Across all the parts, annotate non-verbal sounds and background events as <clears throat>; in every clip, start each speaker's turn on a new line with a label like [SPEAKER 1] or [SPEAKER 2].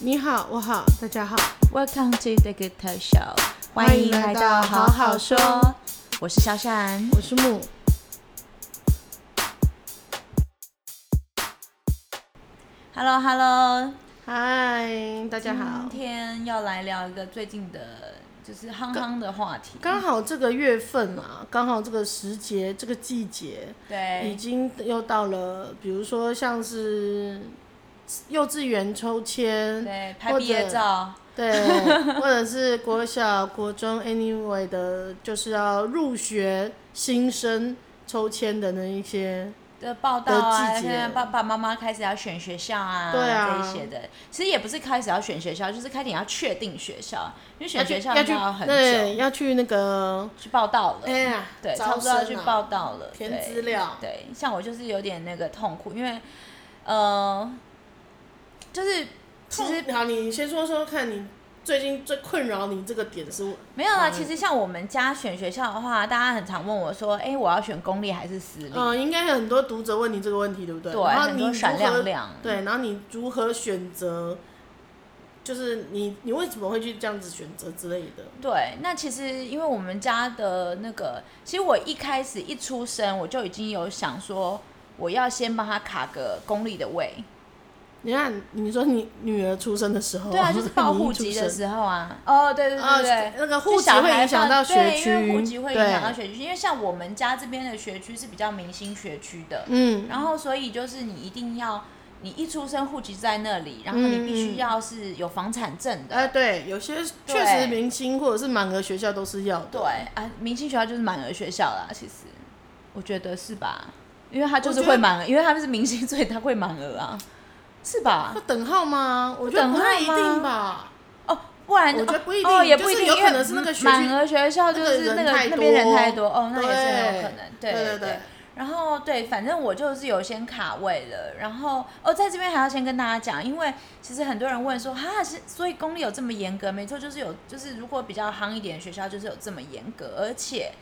[SPEAKER 1] 你好，我好，大家好，
[SPEAKER 2] Welcome to the Good Talk Show，欢迎来到好好说。我是小闪，
[SPEAKER 1] 我是木。
[SPEAKER 2] Hello Hello，
[SPEAKER 1] 嗨，大家好
[SPEAKER 2] 今。天要来聊一个最近的，就是夯夯的话题。
[SPEAKER 1] 刚好这个月份啊，刚好这个时节，这个季节已
[SPEAKER 2] 对，
[SPEAKER 1] 经又到了，比如说像是幼稚园抽签，
[SPEAKER 2] 对，拍
[SPEAKER 1] 或
[SPEAKER 2] 毕业
[SPEAKER 1] 者
[SPEAKER 2] 照，
[SPEAKER 1] 对，
[SPEAKER 2] <laughs>
[SPEAKER 1] 或者是国小、国中，anyway 的，就是要入学新生抽签的那一些，
[SPEAKER 2] 的报道啊，
[SPEAKER 1] 的季节
[SPEAKER 2] 现在爸爸妈妈开始要选学校啊，
[SPEAKER 1] 对啊
[SPEAKER 2] 这一些的，其实也不是开始要选学校，就是开始要确定学校，因为
[SPEAKER 1] 要
[SPEAKER 2] 选
[SPEAKER 1] 去
[SPEAKER 2] 学校
[SPEAKER 1] 要去
[SPEAKER 2] 要很
[SPEAKER 1] 对
[SPEAKER 2] 久，
[SPEAKER 1] 要去那个，
[SPEAKER 2] 去报道了，
[SPEAKER 1] 哎呀，
[SPEAKER 2] 对，
[SPEAKER 1] 招
[SPEAKER 2] 差不多要
[SPEAKER 1] 生
[SPEAKER 2] 去
[SPEAKER 1] 啊
[SPEAKER 2] 报道了，
[SPEAKER 1] 填
[SPEAKER 2] 对
[SPEAKER 1] 资料，
[SPEAKER 2] 对，像我就是有点那个痛苦，因为呃，就是其实
[SPEAKER 1] 好，你先说说看你最近最困扰你这个点是
[SPEAKER 2] 没有啦。
[SPEAKER 1] 嗯
[SPEAKER 2] 其实像我们家选学校的话，大家很常问我说，哎、我要选公立还是私立？
[SPEAKER 1] 嗯、应该很多读者问你这个问题，对不对？
[SPEAKER 2] 对，
[SPEAKER 1] 然后
[SPEAKER 2] 很
[SPEAKER 1] 你
[SPEAKER 2] 多
[SPEAKER 1] 如
[SPEAKER 2] 闪亮
[SPEAKER 1] 何
[SPEAKER 2] 亮。
[SPEAKER 1] 对，然后你如何选择？就是你你为什么会去这样子选择之类的？
[SPEAKER 2] 对，那其实因为我们家的那个，其实我一开始一出生我就已经有想说，我要先帮他卡个公立的位，
[SPEAKER 1] 你看，你说你女儿出生的时候，
[SPEAKER 2] 对啊，就是报
[SPEAKER 1] 哦 <laughs> 你一
[SPEAKER 2] 户
[SPEAKER 1] 出
[SPEAKER 2] 籍的
[SPEAKER 1] 生
[SPEAKER 2] 时候啊，哦，对对
[SPEAKER 1] 啊
[SPEAKER 2] 对对，
[SPEAKER 1] 那个
[SPEAKER 2] 就
[SPEAKER 1] 户籍
[SPEAKER 2] 小
[SPEAKER 1] 会
[SPEAKER 2] 孩
[SPEAKER 1] 影响
[SPEAKER 2] 放
[SPEAKER 1] 到学
[SPEAKER 2] 对
[SPEAKER 1] 区，
[SPEAKER 2] 因为户籍会影响到
[SPEAKER 1] 对
[SPEAKER 2] 学区，因为像我们家这边的学区是比较明星学区的，
[SPEAKER 1] 嗯，
[SPEAKER 2] 然后所以就是你一定要，你一出生户籍在那里，然后你必
[SPEAKER 1] 嗯嗯
[SPEAKER 2] 须要是有房产证的，
[SPEAKER 1] 呃，对，有些确实明星或者是满额学校都是要的。
[SPEAKER 2] 对啊，明星学校就是满额学校啦，其实我觉得是吧？因为他就是
[SPEAKER 1] 我觉
[SPEAKER 2] 会
[SPEAKER 1] 得
[SPEAKER 2] 满额，因为他们是明星，所以他会满额啊，是吧
[SPEAKER 1] 那？等号吗？我觉得
[SPEAKER 2] 等
[SPEAKER 1] 不太
[SPEAKER 2] 号
[SPEAKER 1] 一定吧。
[SPEAKER 2] 哦，不然
[SPEAKER 1] 我觉得不一定
[SPEAKER 2] 哦，也
[SPEAKER 1] 就
[SPEAKER 2] 不一
[SPEAKER 1] 是
[SPEAKER 2] 定，
[SPEAKER 1] 有
[SPEAKER 2] 因
[SPEAKER 1] 可
[SPEAKER 2] 为
[SPEAKER 1] 能是那个学
[SPEAKER 2] 满
[SPEAKER 1] 区
[SPEAKER 2] 额学校就
[SPEAKER 1] 那个
[SPEAKER 2] 是那
[SPEAKER 1] 人
[SPEAKER 2] 个
[SPEAKER 1] 太
[SPEAKER 2] 那边人
[SPEAKER 1] 多
[SPEAKER 2] 太多哦，那也是很有
[SPEAKER 1] 对
[SPEAKER 2] 可能，对
[SPEAKER 1] 对对
[SPEAKER 2] 对
[SPEAKER 1] 对
[SPEAKER 2] 然后对，反正我就是有先卡位了，然后哦，在这边还要先跟大家讲，因为其实很多人问说，哈，是所以公立有这么严格？没错，就是有，就是如果比较夯一点的学校，就是有这么严格，而且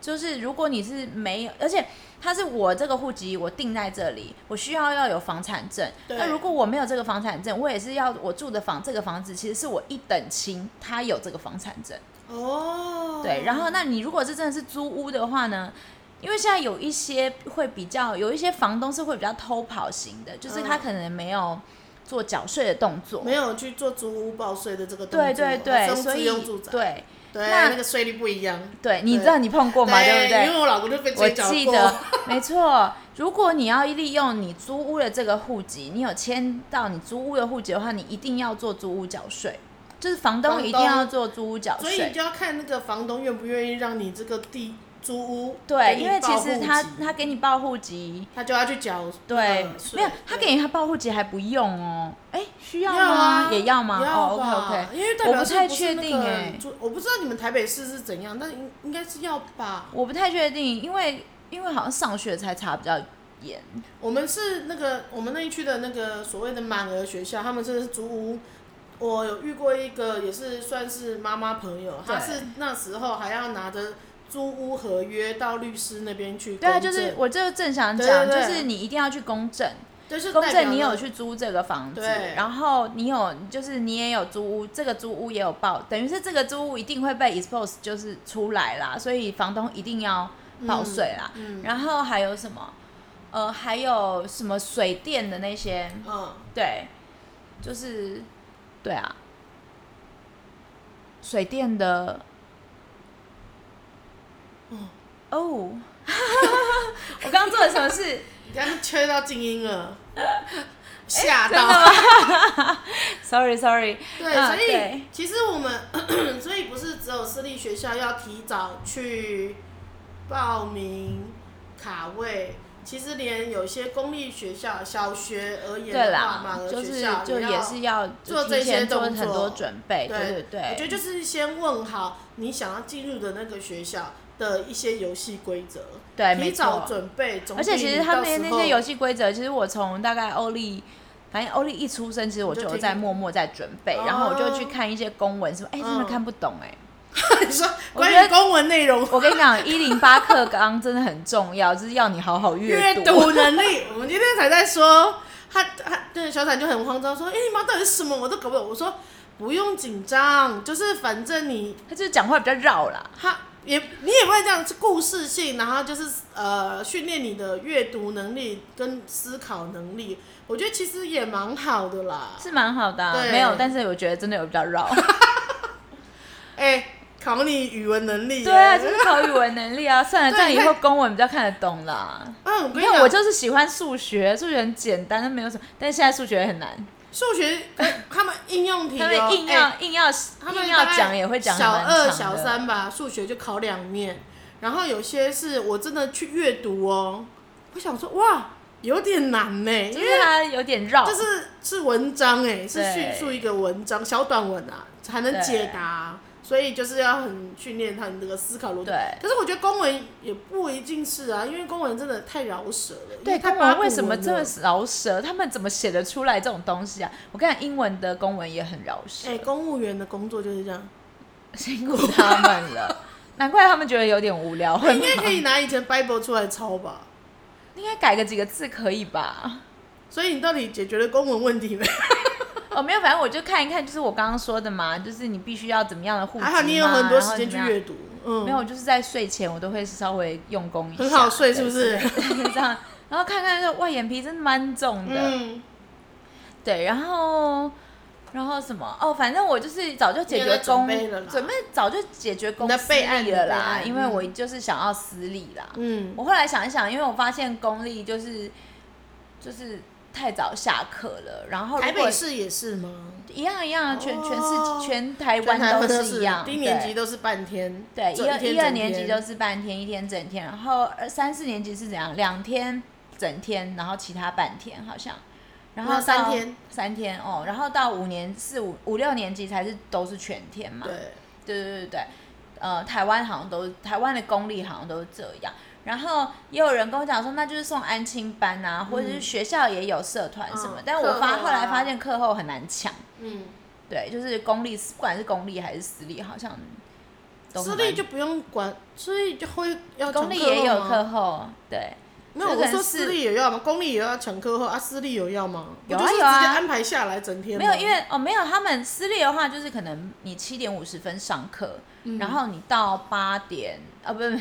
[SPEAKER 2] 就是如果你是没有，而且它是我这个户籍我定在这里，我需要要有房产证。
[SPEAKER 1] 对
[SPEAKER 2] 那如果我没有这个房产证，我也是要我住的房这个房子其实是我一等亲，他有这个房产证。
[SPEAKER 1] 哦，
[SPEAKER 2] 对，然后那你如果是真的是租屋的话呢？因为现在有一些会比较，有一些房东是会比较偷跑型的，就是他
[SPEAKER 1] 嗯
[SPEAKER 2] 可能没有做缴税的动作。
[SPEAKER 1] 没有去做租屋报税的这个动作，
[SPEAKER 2] 对对
[SPEAKER 1] 而
[SPEAKER 2] 对，
[SPEAKER 1] 是用
[SPEAKER 2] 所
[SPEAKER 1] 自
[SPEAKER 2] 以
[SPEAKER 1] 用住宅，
[SPEAKER 2] 对
[SPEAKER 1] 对
[SPEAKER 2] 那
[SPEAKER 1] 那个税率不一样，
[SPEAKER 2] 对，你
[SPEAKER 1] 对
[SPEAKER 2] 知道你碰过吗？对不对？
[SPEAKER 1] 因为我老公就被
[SPEAKER 2] 我
[SPEAKER 1] 追缴
[SPEAKER 2] 记
[SPEAKER 1] 过， <laughs>
[SPEAKER 2] 得没错。如果你要利用你租屋的这个户籍，你有签到你租屋的户籍的话，你一定要做租屋缴税，就是
[SPEAKER 1] 房
[SPEAKER 2] 房东
[SPEAKER 1] 东
[SPEAKER 2] 一定要做租屋缴
[SPEAKER 1] 所以你
[SPEAKER 2] 税。
[SPEAKER 1] 就要看那个房东愿不愿意让你这个地租屋给
[SPEAKER 2] 对，
[SPEAKER 1] 你
[SPEAKER 2] 因为其
[SPEAKER 1] 报
[SPEAKER 2] 实
[SPEAKER 1] 户
[SPEAKER 2] 他
[SPEAKER 1] 籍
[SPEAKER 2] 他给你报户籍，
[SPEAKER 1] 他就要去缴
[SPEAKER 2] 嗯对，
[SPEAKER 1] 呃税
[SPEAKER 2] 没有他给你他报户籍还不用哦，哎，需要吗？
[SPEAKER 1] 要啊
[SPEAKER 2] 也要吗？
[SPEAKER 1] 对
[SPEAKER 2] 哦
[SPEAKER 1] 要
[SPEAKER 2] ，OK
[SPEAKER 1] 吧
[SPEAKER 2] OK。
[SPEAKER 1] 因为代表
[SPEAKER 2] 我不太
[SPEAKER 1] 是是那个
[SPEAKER 2] 确定欸
[SPEAKER 1] 住我不知道你们台北市是怎样，但应应该是要吧。
[SPEAKER 2] 我不太确定，因为因为好像上学才查比较严，
[SPEAKER 1] 我们是那个我们那一区的那个所谓的满额学校，他们真的是租屋。我有遇过一个也是算是妈妈朋友，
[SPEAKER 2] 对
[SPEAKER 1] 她是那时候还要拿着租屋合约到律师那边去
[SPEAKER 2] 对啊，
[SPEAKER 1] 公
[SPEAKER 2] 就
[SPEAKER 1] 证
[SPEAKER 2] 是我就正想
[SPEAKER 1] 对
[SPEAKER 2] 讲，
[SPEAKER 1] 对
[SPEAKER 2] 就
[SPEAKER 1] 对
[SPEAKER 2] 是你一定要去公证，
[SPEAKER 1] 就是
[SPEAKER 2] 公
[SPEAKER 1] 代表
[SPEAKER 2] 证你
[SPEAKER 1] 了
[SPEAKER 2] 有去租这个房子
[SPEAKER 1] 对，
[SPEAKER 2] 然后你有就是你也有租屋，这个租屋也有报，等于是这个租屋一定会被 expose 就是出来啦，所以房东一定要报税啦。
[SPEAKER 1] 嗯
[SPEAKER 2] 然后还有什么？呃，还有什么水电的那些？
[SPEAKER 1] 嗯
[SPEAKER 2] 对，就是对啊，水电的。哦， <laughs> 我刚刚做了什么事？
[SPEAKER 1] 你刚刚吹到静音 <laughs> 了，吓到。
[SPEAKER 2] Sorry Sorry，
[SPEAKER 1] 对，
[SPEAKER 2] 嗯
[SPEAKER 1] 所以
[SPEAKER 2] 对
[SPEAKER 1] 其实我们 <clears throat> 所以不是只有私立学校要提早去报名卡位，其实连有些公立学校小学而言
[SPEAKER 2] 对
[SPEAKER 1] 的话，满
[SPEAKER 2] 啦
[SPEAKER 1] 额，
[SPEAKER 2] 就
[SPEAKER 1] 学
[SPEAKER 2] 是
[SPEAKER 1] 校
[SPEAKER 2] 就
[SPEAKER 1] 要
[SPEAKER 2] 也是要
[SPEAKER 1] 做
[SPEAKER 2] 提
[SPEAKER 1] 这些
[SPEAKER 2] 前做
[SPEAKER 1] 动
[SPEAKER 2] 很
[SPEAKER 1] 作
[SPEAKER 2] 多准备，对
[SPEAKER 1] 我觉得
[SPEAKER 2] 对
[SPEAKER 1] 就是先问好你想要进入的那个学校的一些游戏规则，
[SPEAKER 2] 对，
[SPEAKER 1] 提
[SPEAKER 2] 哎没
[SPEAKER 1] 早
[SPEAKER 2] 错。
[SPEAKER 1] 准备，总
[SPEAKER 2] 而且
[SPEAKER 1] 比
[SPEAKER 2] 其
[SPEAKER 1] 你
[SPEAKER 2] 实他
[SPEAKER 1] 到
[SPEAKER 2] 们
[SPEAKER 1] 时
[SPEAKER 2] 那
[SPEAKER 1] 候
[SPEAKER 2] 些游戏规则，其实我从大概欧丽，反正欧丽一出生，其实我
[SPEAKER 1] 你就
[SPEAKER 2] 就有
[SPEAKER 1] 听哦
[SPEAKER 2] 在默默在准备，然后我就去看一些公文什么，哎，真的
[SPEAKER 1] 嗯
[SPEAKER 2] 看不懂哎。
[SPEAKER 1] 你说
[SPEAKER 2] 我
[SPEAKER 1] <laughs>
[SPEAKER 2] 觉
[SPEAKER 1] 关于
[SPEAKER 2] 得
[SPEAKER 1] 公文内容
[SPEAKER 2] 我跟
[SPEAKER 1] <laughs>
[SPEAKER 2] 你讲，一零八课纲真的很重要，就是要你好好阅
[SPEAKER 1] <laughs> 阅读能力，我们今天才在说他他对小闪就很慌张说：“哎、你妈到底是什么？我都搞不懂。”我说：“不用紧张，就是反正你
[SPEAKER 2] 他就是讲话比较绕啦。
[SPEAKER 1] 他也你也不会这样是故事性，然后就是呃训练你的阅读能力跟思考能力，我觉得其实也蛮好的啦。
[SPEAKER 2] <laughs> 是蛮好的啊、
[SPEAKER 1] 对
[SPEAKER 2] 没有，但是我觉得真的有比较
[SPEAKER 1] <laughs>
[SPEAKER 2] 绕。
[SPEAKER 1] 哎、考你语文能力耶，
[SPEAKER 2] 对啊，就是考语文能力啊。算了，
[SPEAKER 1] 对
[SPEAKER 2] 这样以后
[SPEAKER 1] 你
[SPEAKER 2] 公文比较看得懂啦。
[SPEAKER 1] 嗯，我
[SPEAKER 2] 你
[SPEAKER 1] 跟你
[SPEAKER 2] 看，我
[SPEAKER 1] 讲，
[SPEAKER 2] 就是喜欢数学，数学很简单，但没有什么。但现在数学很难，
[SPEAKER 1] 数学、哎 <laughs> 他们应用题、哦，
[SPEAKER 2] 他们硬
[SPEAKER 1] 哎
[SPEAKER 2] 要、硬要
[SPEAKER 1] 他们
[SPEAKER 2] 硬
[SPEAKER 1] 大
[SPEAKER 2] 要
[SPEAKER 1] 概
[SPEAKER 2] 讲也会讲得
[SPEAKER 1] 小
[SPEAKER 2] 蛮长
[SPEAKER 1] 二、
[SPEAKER 2] 的
[SPEAKER 1] 小，三吧，数学就考两面，然后有些是我真的去阅读哦，我想说哇，有点难呢、
[SPEAKER 2] 就
[SPEAKER 1] 因
[SPEAKER 2] 是
[SPEAKER 1] 为
[SPEAKER 2] 他有点绕。
[SPEAKER 1] 这是是文章哎、是
[SPEAKER 2] 对
[SPEAKER 1] 叙述一个文章小短文啊，才能解答、所以就是要很训练他你这个思考逻辑。
[SPEAKER 2] 对
[SPEAKER 1] 可是我觉得公文也不一定是啊，因为公文真的太饶舌了。因
[SPEAKER 2] 对，
[SPEAKER 1] 为太
[SPEAKER 2] 公
[SPEAKER 1] 八
[SPEAKER 2] 文
[SPEAKER 1] 股
[SPEAKER 2] 为什么
[SPEAKER 1] 文哦
[SPEAKER 2] 这么
[SPEAKER 1] 了
[SPEAKER 2] 饶舌？他们怎么写得出来这种东西啊？我看英文的公文也很饶舌
[SPEAKER 1] 哎、，公务员的工作就是这样。
[SPEAKER 2] 辛苦他们了， <laughs> 难怪他们觉得有点无聊。会
[SPEAKER 1] 应该
[SPEAKER 2] 吗
[SPEAKER 1] 可以拿以前 Bible 出来抄吧？
[SPEAKER 2] 应该改个几个字可以吧？ <laughs>
[SPEAKER 1] 所以你到底解决了公文问题没？
[SPEAKER 2] 哦，没有，反正我就看一看，就是我刚刚说的嘛，就是你必须要怎么样的户籍
[SPEAKER 1] 还好你有
[SPEAKER 2] 嘛
[SPEAKER 1] 很多
[SPEAKER 2] 然后
[SPEAKER 1] 时间去
[SPEAKER 2] 怎么样
[SPEAKER 1] 阅读，嗯，
[SPEAKER 2] 没有，我就是在睡前我都会稍微用功一下，
[SPEAKER 1] 很好睡是不是？
[SPEAKER 2] 对？ <laughs> 这样，然后看看这哇，眼皮真的蛮重的，
[SPEAKER 1] 嗯，
[SPEAKER 2] 对，然后然后什么哦，反正我就是早就解
[SPEAKER 1] 你有
[SPEAKER 2] 决
[SPEAKER 1] 在准
[SPEAKER 2] 公
[SPEAKER 1] 备了啦
[SPEAKER 2] 准备早就解决公
[SPEAKER 1] 你的
[SPEAKER 2] 私
[SPEAKER 1] 备案
[SPEAKER 2] 立
[SPEAKER 1] 你
[SPEAKER 2] 了
[SPEAKER 1] 的备
[SPEAKER 2] 啦，
[SPEAKER 1] 案
[SPEAKER 2] 因为
[SPEAKER 1] 嗯
[SPEAKER 2] 我就是想要私立啦。
[SPEAKER 1] 嗯，
[SPEAKER 2] 我后来想一想，因为我发现公立就是就是太早下课了，然后
[SPEAKER 1] 台
[SPEAKER 2] 如
[SPEAKER 1] 北
[SPEAKER 2] 果
[SPEAKER 1] 市也是吗？
[SPEAKER 2] 一样一样，全全
[SPEAKER 1] 哦
[SPEAKER 2] 是全台湾都是一样，
[SPEAKER 1] 低年级
[SPEAKER 2] 对。
[SPEAKER 1] 都是半天，
[SPEAKER 2] 对，
[SPEAKER 1] 只
[SPEAKER 2] 一
[SPEAKER 1] 有
[SPEAKER 2] 二
[SPEAKER 1] 天
[SPEAKER 2] 一二
[SPEAKER 1] 整
[SPEAKER 2] 年级
[SPEAKER 1] 天
[SPEAKER 2] 就是半天，一天整天，然后呃三四年级是怎样？两天整天，然后其他半天好像，然后
[SPEAKER 1] 那三
[SPEAKER 2] 到
[SPEAKER 1] 天
[SPEAKER 2] 三天哦，然后到五年四五五六年级才是都是全天嘛。
[SPEAKER 1] 对，
[SPEAKER 2] 对对对对，呃，台湾好像都是台湾的公立好像都是这样。然后也有人跟我讲说，那就是送安亲班啊，或者是学校也有社团什么。
[SPEAKER 1] 嗯
[SPEAKER 2] 但我
[SPEAKER 1] 课
[SPEAKER 2] 发、
[SPEAKER 1] 后
[SPEAKER 2] 后来
[SPEAKER 1] 啊
[SPEAKER 2] 发现课后很难抢，
[SPEAKER 1] 嗯，
[SPEAKER 2] 对，就是公立，不管是公立还是私立，好像都很
[SPEAKER 1] 私
[SPEAKER 2] 难
[SPEAKER 1] 立就不用管，私立就会要
[SPEAKER 2] 公
[SPEAKER 1] 抢
[SPEAKER 2] 立
[SPEAKER 1] 课
[SPEAKER 2] 也有
[SPEAKER 1] 后吗
[SPEAKER 2] 课，后，对，
[SPEAKER 1] 没有
[SPEAKER 2] 就
[SPEAKER 1] 我
[SPEAKER 2] 可能
[SPEAKER 1] 说
[SPEAKER 2] 是
[SPEAKER 1] 私立也要吗？公立也要抢课后啊，私立有要吗？
[SPEAKER 2] 有
[SPEAKER 1] 不
[SPEAKER 2] 啊
[SPEAKER 1] 就是直接
[SPEAKER 2] 有啊
[SPEAKER 1] 安排下来整天
[SPEAKER 2] 没
[SPEAKER 1] 吗，
[SPEAKER 2] 有，因为哦，没有，他们私立的话就是可能你七点五十分上课，
[SPEAKER 1] 嗯
[SPEAKER 2] 然后你到八点啊，不是，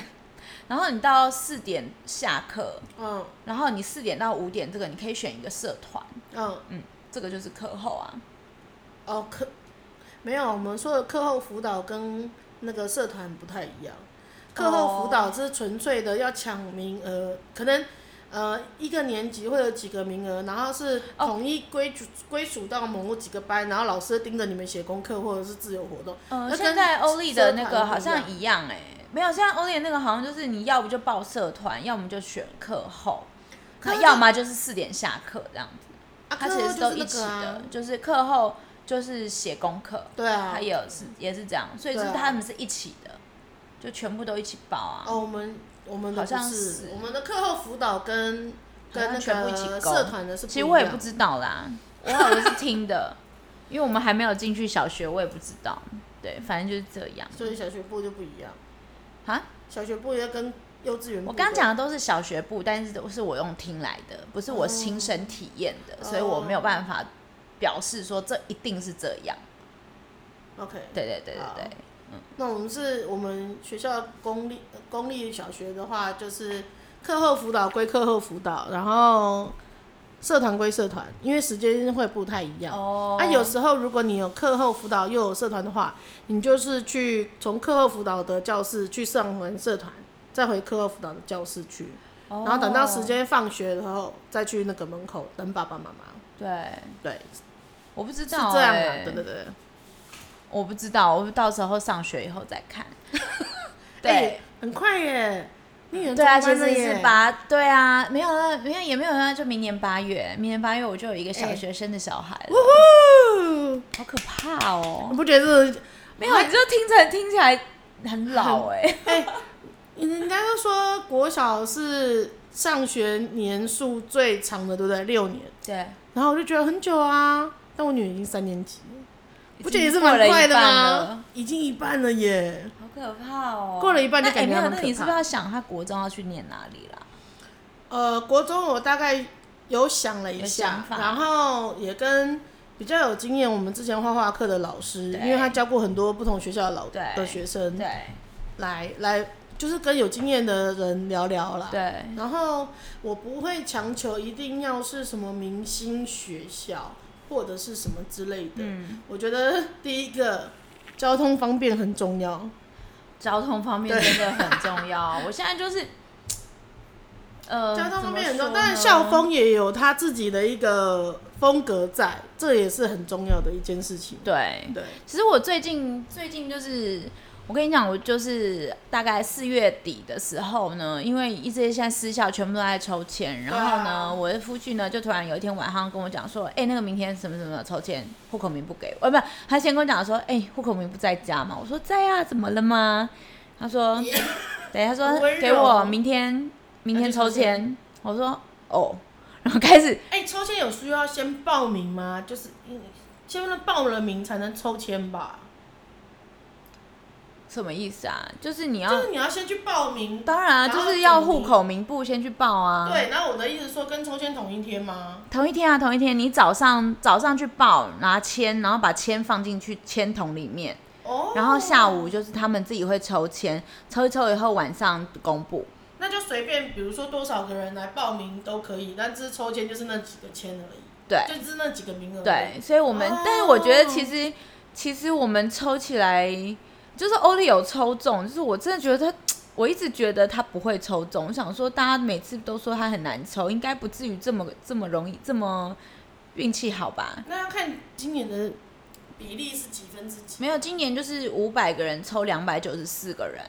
[SPEAKER 2] 然后你到四点下课，
[SPEAKER 1] 嗯
[SPEAKER 2] 然后你四点到五点这个你可以选一个社团，
[SPEAKER 1] 嗯
[SPEAKER 2] 嗯，这个就是课后啊，
[SPEAKER 1] 哦课没有，我们说的课后辅导跟那个社团不太一样。课后辅
[SPEAKER 2] 哦
[SPEAKER 1] 导是纯粹的要抢名额，可能呃一个年级会有几个名额，然后是
[SPEAKER 2] 哦
[SPEAKER 1] 统一归属归属到某几个班，然后老师盯着你们写功课或者是自由活动。
[SPEAKER 2] 呃，
[SPEAKER 1] 那跟
[SPEAKER 2] 现在欧丽的那
[SPEAKER 1] 嗯社
[SPEAKER 2] 个
[SPEAKER 1] 团不
[SPEAKER 2] 好
[SPEAKER 1] 一样
[SPEAKER 2] 像一样哎、没有，现在欧丽的那个好像就是你要不就报社团，要么就选课后，
[SPEAKER 1] 可
[SPEAKER 2] 那
[SPEAKER 1] 是
[SPEAKER 2] 要么就是四点下课这样子，
[SPEAKER 1] 啊，
[SPEAKER 2] 它
[SPEAKER 1] 课
[SPEAKER 2] 其
[SPEAKER 1] 后
[SPEAKER 2] 实
[SPEAKER 1] 就
[SPEAKER 2] 都
[SPEAKER 1] 是
[SPEAKER 2] 一
[SPEAKER 1] 那
[SPEAKER 2] 起
[SPEAKER 1] 个啊
[SPEAKER 2] 的，，就是课后就是写功课，
[SPEAKER 1] 对啊
[SPEAKER 2] 他。也有是也是这样，所以就是
[SPEAKER 1] 对啊
[SPEAKER 2] 他们是一起的，就全部都一起报啊。
[SPEAKER 1] 哦，我们我们的
[SPEAKER 2] 好像
[SPEAKER 1] 不
[SPEAKER 2] 是
[SPEAKER 1] 是我们的课后辅导跟跟那
[SPEAKER 2] 好像全部一起
[SPEAKER 1] 个
[SPEAKER 2] 勾
[SPEAKER 1] 社团的是不
[SPEAKER 2] 其
[SPEAKER 1] 一
[SPEAKER 2] 实我也
[SPEAKER 1] 样
[SPEAKER 2] 不知道啦，我好像是听的， <laughs> 因为我们还没有进去小学，我也不知道。对，反正就是这样
[SPEAKER 1] 所以小学部就不一样，
[SPEAKER 2] 啊。
[SPEAKER 1] 小学部要跟幼稚园部
[SPEAKER 2] 我刚
[SPEAKER 1] 不一样
[SPEAKER 2] 讲的都是小学部，但是都是我用听来的，不是我亲身体验的，
[SPEAKER 1] 哦
[SPEAKER 2] 所以我没有办法表示说这一定是这样。
[SPEAKER 1] OK，
[SPEAKER 2] 对对对对对
[SPEAKER 1] 好，那我们是我们学校公立呃公立小学的话，就是课后辅导归课后辅导，然后社团归社团，因为时间会不太一样。
[SPEAKER 2] 哦
[SPEAKER 1] 啊，有时候如果你有课后辅导又有社团的话，你就是去从课后辅导的教室去上完社团，再回课后辅导的教室去，
[SPEAKER 2] 哦
[SPEAKER 1] 然后等到时间放学然后再去那个门口等爸爸妈妈。
[SPEAKER 2] 对，
[SPEAKER 1] 对，
[SPEAKER 2] 我不知
[SPEAKER 1] 是
[SPEAKER 2] 道、欸，
[SPEAKER 1] 这样啊，对对对。
[SPEAKER 2] 我不知道，我到时候上学以后再看。
[SPEAKER 1] <laughs>
[SPEAKER 2] 对、
[SPEAKER 1] 哎很快耶，你也
[SPEAKER 2] 对啊，
[SPEAKER 1] 中
[SPEAKER 2] 其
[SPEAKER 1] 班了
[SPEAKER 2] 实是
[SPEAKER 1] 耶
[SPEAKER 2] 八，对啊，没有了，没有也没有啊了，就明年八月，明年八月我就有一个小学生的小孩了，
[SPEAKER 1] 呜
[SPEAKER 2] 哎好可怕
[SPEAKER 1] 你
[SPEAKER 2] 哦！
[SPEAKER 1] 不觉得这？
[SPEAKER 2] 没有，啊你就听着听起来很老哎、 <laughs>
[SPEAKER 1] 哎、人家都说国小是上学年数最长的，对不对？六年。
[SPEAKER 2] 对，
[SPEAKER 1] 然后我就觉得很久啊，但我女儿已经三年级了，不觉得也是
[SPEAKER 2] 已经过
[SPEAKER 1] 蛮
[SPEAKER 2] 了一
[SPEAKER 1] 快的
[SPEAKER 2] 半
[SPEAKER 1] 吗
[SPEAKER 2] 了？
[SPEAKER 1] 已经一半了耶！
[SPEAKER 2] 好可怕哦！
[SPEAKER 1] 过了一半就
[SPEAKER 2] 那哎
[SPEAKER 1] 感觉
[SPEAKER 2] 没有，
[SPEAKER 1] 很
[SPEAKER 2] 那
[SPEAKER 1] 可
[SPEAKER 2] 你是不
[SPEAKER 1] 怕
[SPEAKER 2] 是要想他国中要去念哪里啦？
[SPEAKER 1] 呃，国中我大概有想了一
[SPEAKER 2] 有
[SPEAKER 1] 下
[SPEAKER 2] 想，法
[SPEAKER 1] 然后也跟比较有经验，我们之前画画课的老师，
[SPEAKER 2] 对
[SPEAKER 1] 因为他教过很多不同学校的老
[SPEAKER 2] 对
[SPEAKER 1] 的学生，
[SPEAKER 2] 对
[SPEAKER 1] 来来就是跟有经验的人聊聊啦。
[SPEAKER 2] 对，
[SPEAKER 1] 然后我不会强求一定要是什么明星学校或者是什么之类的。
[SPEAKER 2] 嗯，
[SPEAKER 1] 我觉得第一个交通方便很重要，
[SPEAKER 2] 交通方面真的很重要。我现在 <laughs> 就是，呃，
[SPEAKER 1] 交通
[SPEAKER 2] 怎
[SPEAKER 1] 方
[SPEAKER 2] 么
[SPEAKER 1] 面很重
[SPEAKER 2] 说
[SPEAKER 1] 要，
[SPEAKER 2] 呢
[SPEAKER 1] 但是校风也有他自己的一个风格在，这也是很重要的一件事情。
[SPEAKER 2] 对。
[SPEAKER 1] 对，
[SPEAKER 2] 其实我最近最近就是，我跟你讲，我就是大概四月底的时候呢，因为一直现在私校全部都在抽签，然后呢，
[SPEAKER 1] 对啊
[SPEAKER 2] 我的夫婿呢就突然有一天晚上跟我讲说，哎、那个明天什么什么抽签，户口名不给我，呃，不，他先跟我讲说，哎、户口名不在家嘛，我说在啊，怎么了吗？他
[SPEAKER 1] <laughs>
[SPEAKER 2] 说，对，他
[SPEAKER 1] 好
[SPEAKER 2] 说
[SPEAKER 1] 温柔
[SPEAKER 2] 给我明天明天抽签，我说哦， <laughs> 然后开始
[SPEAKER 1] 哎、抽签有需要先报名吗？就是嗯先报了名才能抽签吧？
[SPEAKER 2] 什么意思啊？就是你要
[SPEAKER 1] 就。是你要先去报名。
[SPEAKER 2] 当然啊，
[SPEAKER 1] 然后
[SPEAKER 2] 就是要
[SPEAKER 1] 统
[SPEAKER 2] 户
[SPEAKER 1] 一
[SPEAKER 2] 口名簿先去报啊。
[SPEAKER 1] 对，然后我的意思是说，跟抽签同一天吗？
[SPEAKER 2] 同一天啊，同一天，你早上早上去报拿签，然后把签放进去签筒里面，
[SPEAKER 1] 哦，
[SPEAKER 2] 然后下午就是他们自己会抽签，抽一抽以后晚上公布。
[SPEAKER 1] 那就随便，比如说多少个人来报名都可以，但是抽签就是那几个签而已，
[SPEAKER 2] 对
[SPEAKER 1] 就是那几个名额。
[SPEAKER 2] 对，，所以我们，
[SPEAKER 1] 哦
[SPEAKER 2] 但是我觉得其实其实我们抽起来，就是欧丽有抽中，就是我真的觉得他。我一直觉得他不会抽中，我想说大家每次都说他很难抽，应该不至于这么这么容易这么运气好吧？
[SPEAKER 1] 那要看今年的比例是几分之几，
[SPEAKER 2] 没有，今年就是五百个人抽两百九十四个人，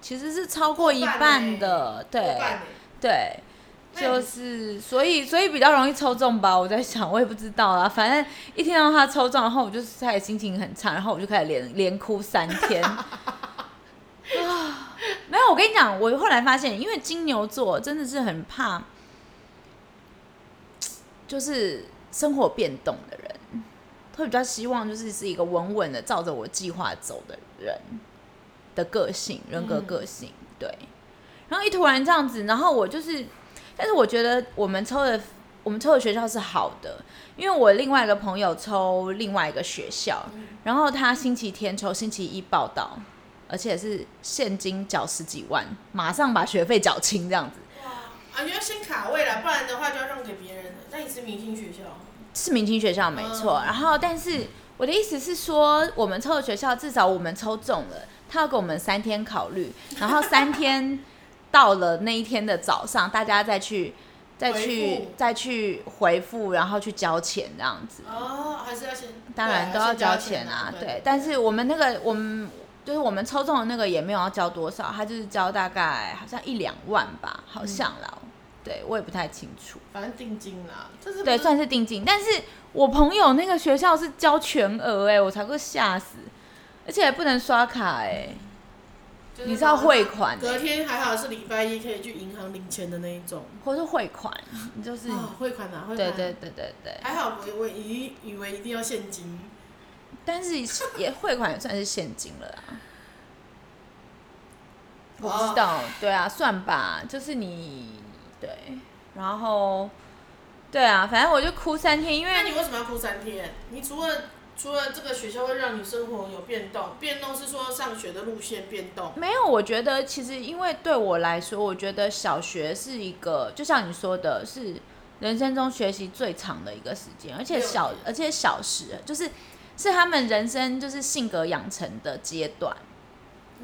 [SPEAKER 2] 其实是超过一
[SPEAKER 1] 过半
[SPEAKER 2] 半
[SPEAKER 1] 欸
[SPEAKER 2] 的，
[SPEAKER 1] 过
[SPEAKER 2] 对
[SPEAKER 1] 半欸
[SPEAKER 2] 对，
[SPEAKER 1] 那也
[SPEAKER 2] 就
[SPEAKER 1] 不
[SPEAKER 2] 是所以所以比较容易抽中吧。我在想，我也不知道啦，反正一听到他抽中，然后我就开始心情很差，然后我就开始连连哭三天。啊，没有，我跟你讲，我后来发现，因为金牛座真的是很怕，就是生活变动的人。会比较希望就是是一个稳稳的照着我计划走的人的个性、人格
[SPEAKER 1] 嗯
[SPEAKER 2] 个性，对。然后一突然这样子，然后我就是，但是我觉得我们抽的我们抽的学校是好的，因为我另外一个朋友抽另外一个学校，然后他星期天抽，星期一报到，而且是现金缴十几万，马上把学费缴清这样子。
[SPEAKER 1] 啊，你要先卡位啦，不然的话就要让给别人了。那你是明星学校，
[SPEAKER 2] 是明星学校没错，
[SPEAKER 1] 嗯
[SPEAKER 2] 然后但是我的意思是说，我们抽的学校至少我们抽中了，他要给我们三天考虑，然后三天到了那一天的早上，大家再去再
[SPEAKER 1] 回
[SPEAKER 2] 去
[SPEAKER 1] 复
[SPEAKER 2] 再去回复，然后去交钱这样子，
[SPEAKER 1] 哦，还是要先
[SPEAKER 2] 当
[SPEAKER 1] 对啊
[SPEAKER 2] 然都
[SPEAKER 1] 先
[SPEAKER 2] 要交
[SPEAKER 1] 交
[SPEAKER 2] 钱啊，
[SPEAKER 1] 对
[SPEAKER 2] 对，但是我们那个我们。就是我们抽中的那个也没有要交多少，他就是交大概好像一两万吧，好像啦，
[SPEAKER 1] 嗯
[SPEAKER 2] 对我也不太清楚。
[SPEAKER 1] 反正定金啦，这是
[SPEAKER 2] 对，
[SPEAKER 1] 不是
[SPEAKER 2] 算是定金。但是我朋友那个学校是交全额哎、我才会吓死，而且还不能刷卡哎、
[SPEAKER 1] 就是
[SPEAKER 2] 你是要汇款欸、
[SPEAKER 1] 隔天还好是礼拜一可以去银行领钱的那一种，
[SPEAKER 2] 或是汇款，你就是、
[SPEAKER 1] 啊，汇款啊，汇款，
[SPEAKER 2] 对对，对对对。
[SPEAKER 1] 还好我我以以为一定要现金，
[SPEAKER 2] 但是也汇款也算是现金了啊。我不知道，对啊，算吧，就是你对，然后对啊，反正我就哭三天，因为
[SPEAKER 1] 啊那你为什么要哭三天？你除了除了这个学校会让你生活有变动，变动是说上学的路线变动，
[SPEAKER 2] 没有，我觉得其实因为对我来说，我觉得小学是一个，就像你说的，是人生中学习最长的一个时间，而且
[SPEAKER 1] 六
[SPEAKER 2] 小
[SPEAKER 1] 年，
[SPEAKER 2] 而且小时就是是他们人生就是性格养成的阶段，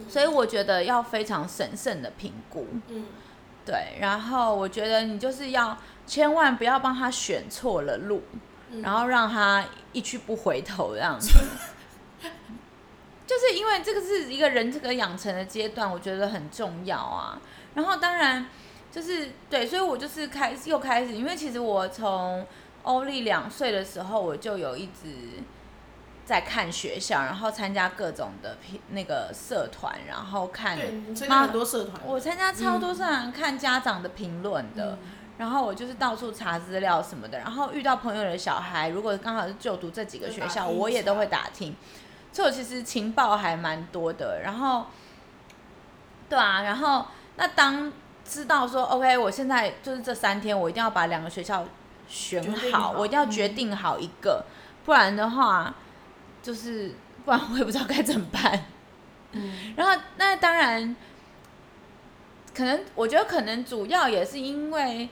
[SPEAKER 2] 所以我觉得要非常审慎的评估。
[SPEAKER 1] 嗯，
[SPEAKER 2] 对，然后我觉得你就是要千万不要帮他选错了路，
[SPEAKER 1] 嗯
[SPEAKER 2] 然后让他一去不回头这样子。
[SPEAKER 1] <laughs>
[SPEAKER 2] 就是因为这个是一个人这个养成的阶段，我觉得很重要啊。然后当然就是对，所以我就是开始又开始，因为其实我从欧丽两岁的时候，我就有一直在看学校，然后参加各种的评那个社团，然后看
[SPEAKER 1] 对，你参
[SPEAKER 2] 嗯妈
[SPEAKER 1] 加很多社团，
[SPEAKER 2] 我参加超多社团看家长的评论
[SPEAKER 1] 嗯
[SPEAKER 2] 的，然后我就是到处查资料什么的，然后遇到朋友的小孩，如果刚好是就读这几个学校，
[SPEAKER 1] 就打听
[SPEAKER 2] 我也
[SPEAKER 1] 一下
[SPEAKER 2] 都会打听，所以我其实情报还蛮多的。然后，对啊，然后那当知道说，OK，我现在就是这三天，我一定要把两个学校选
[SPEAKER 1] 决定
[SPEAKER 2] 好，
[SPEAKER 1] 好嗯
[SPEAKER 2] 我一定要决定好一个，不然的话，就是不然我也不知道该怎么办。
[SPEAKER 1] 嗯，
[SPEAKER 2] 然后那当然，可能我觉得可能主要也是因为，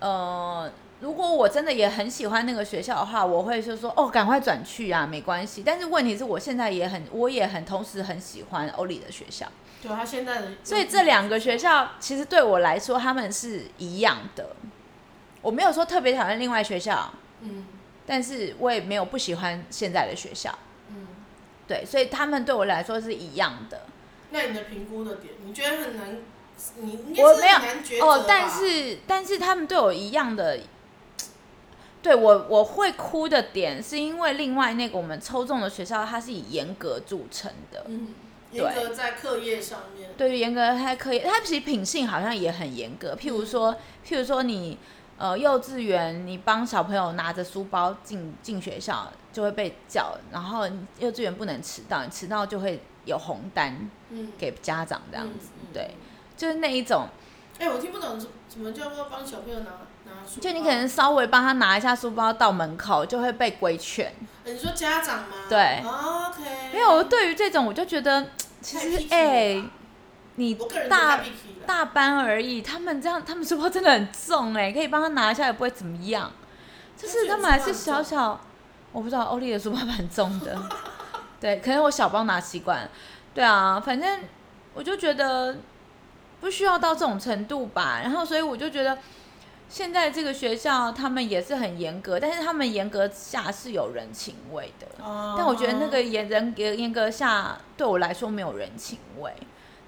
[SPEAKER 2] 呃，如果我真的也很喜欢那个学校的话，我会就说哦，赶快转去啊，没关系。但是问题是我现在也很，我也很同时很喜欢欧里的学校，
[SPEAKER 1] 对啊他现在的，
[SPEAKER 2] 所以这两个学校其实对我来说他们是一样的。我没有说特别讨厌另外学校，
[SPEAKER 1] 嗯
[SPEAKER 2] 但是我也没有不喜欢现在的学校，
[SPEAKER 1] 嗯，
[SPEAKER 2] 对，所以他们对我来说是一样的。
[SPEAKER 1] 那你的评估的点，你觉得很难，你应该
[SPEAKER 2] 我
[SPEAKER 1] 是
[SPEAKER 2] 没有
[SPEAKER 1] 很难抉择
[SPEAKER 2] 哦
[SPEAKER 1] 吧，
[SPEAKER 2] 但是但是他们对我一样的，对我我会哭的点是因为另外那个我们抽中的学校，它是以严格著称的，
[SPEAKER 1] 嗯，严格在课业上面，
[SPEAKER 2] 对于严格它可以，它其实品性好像也很严格，譬如说譬如说你呃幼稚园你帮小朋友拿着书包进进学校就会被叫，然后你幼稚园不能迟到，你迟到就会有红单
[SPEAKER 1] 嗯，
[SPEAKER 2] 给家长这样子，
[SPEAKER 1] 嗯
[SPEAKER 2] 对，就是那一种。
[SPEAKER 1] 哎、我听不懂什什么叫做帮小朋友拿拿书包，
[SPEAKER 2] 就你可能稍微帮他拿一下书包到门口，就会被规劝。
[SPEAKER 1] 呃你说家长吗？
[SPEAKER 2] 对
[SPEAKER 1] 哦，OK，
[SPEAKER 2] 没有，我对于这种我就觉得，其
[SPEAKER 1] 太
[SPEAKER 2] 实
[SPEAKER 1] picky 了吧
[SPEAKER 2] 哎、你
[SPEAKER 1] 我个人觉得
[SPEAKER 2] 大
[SPEAKER 1] 太 picky 了
[SPEAKER 2] 大班而已，他们这样，他们书包真的很重哎、可以帮他拿一下也不会怎么样。就是他们还是小小，我不知道欧丽的书包蛮重的，对，可能我小包拿习惯了。对啊，反正我就觉得不需要到这种程度吧。然后，所以我就觉得现在这个学校他们也是很严格，但是他们严格下是有人情味的。
[SPEAKER 1] 哦
[SPEAKER 2] 但我觉得那个严人格严格下对我来说没有人情味。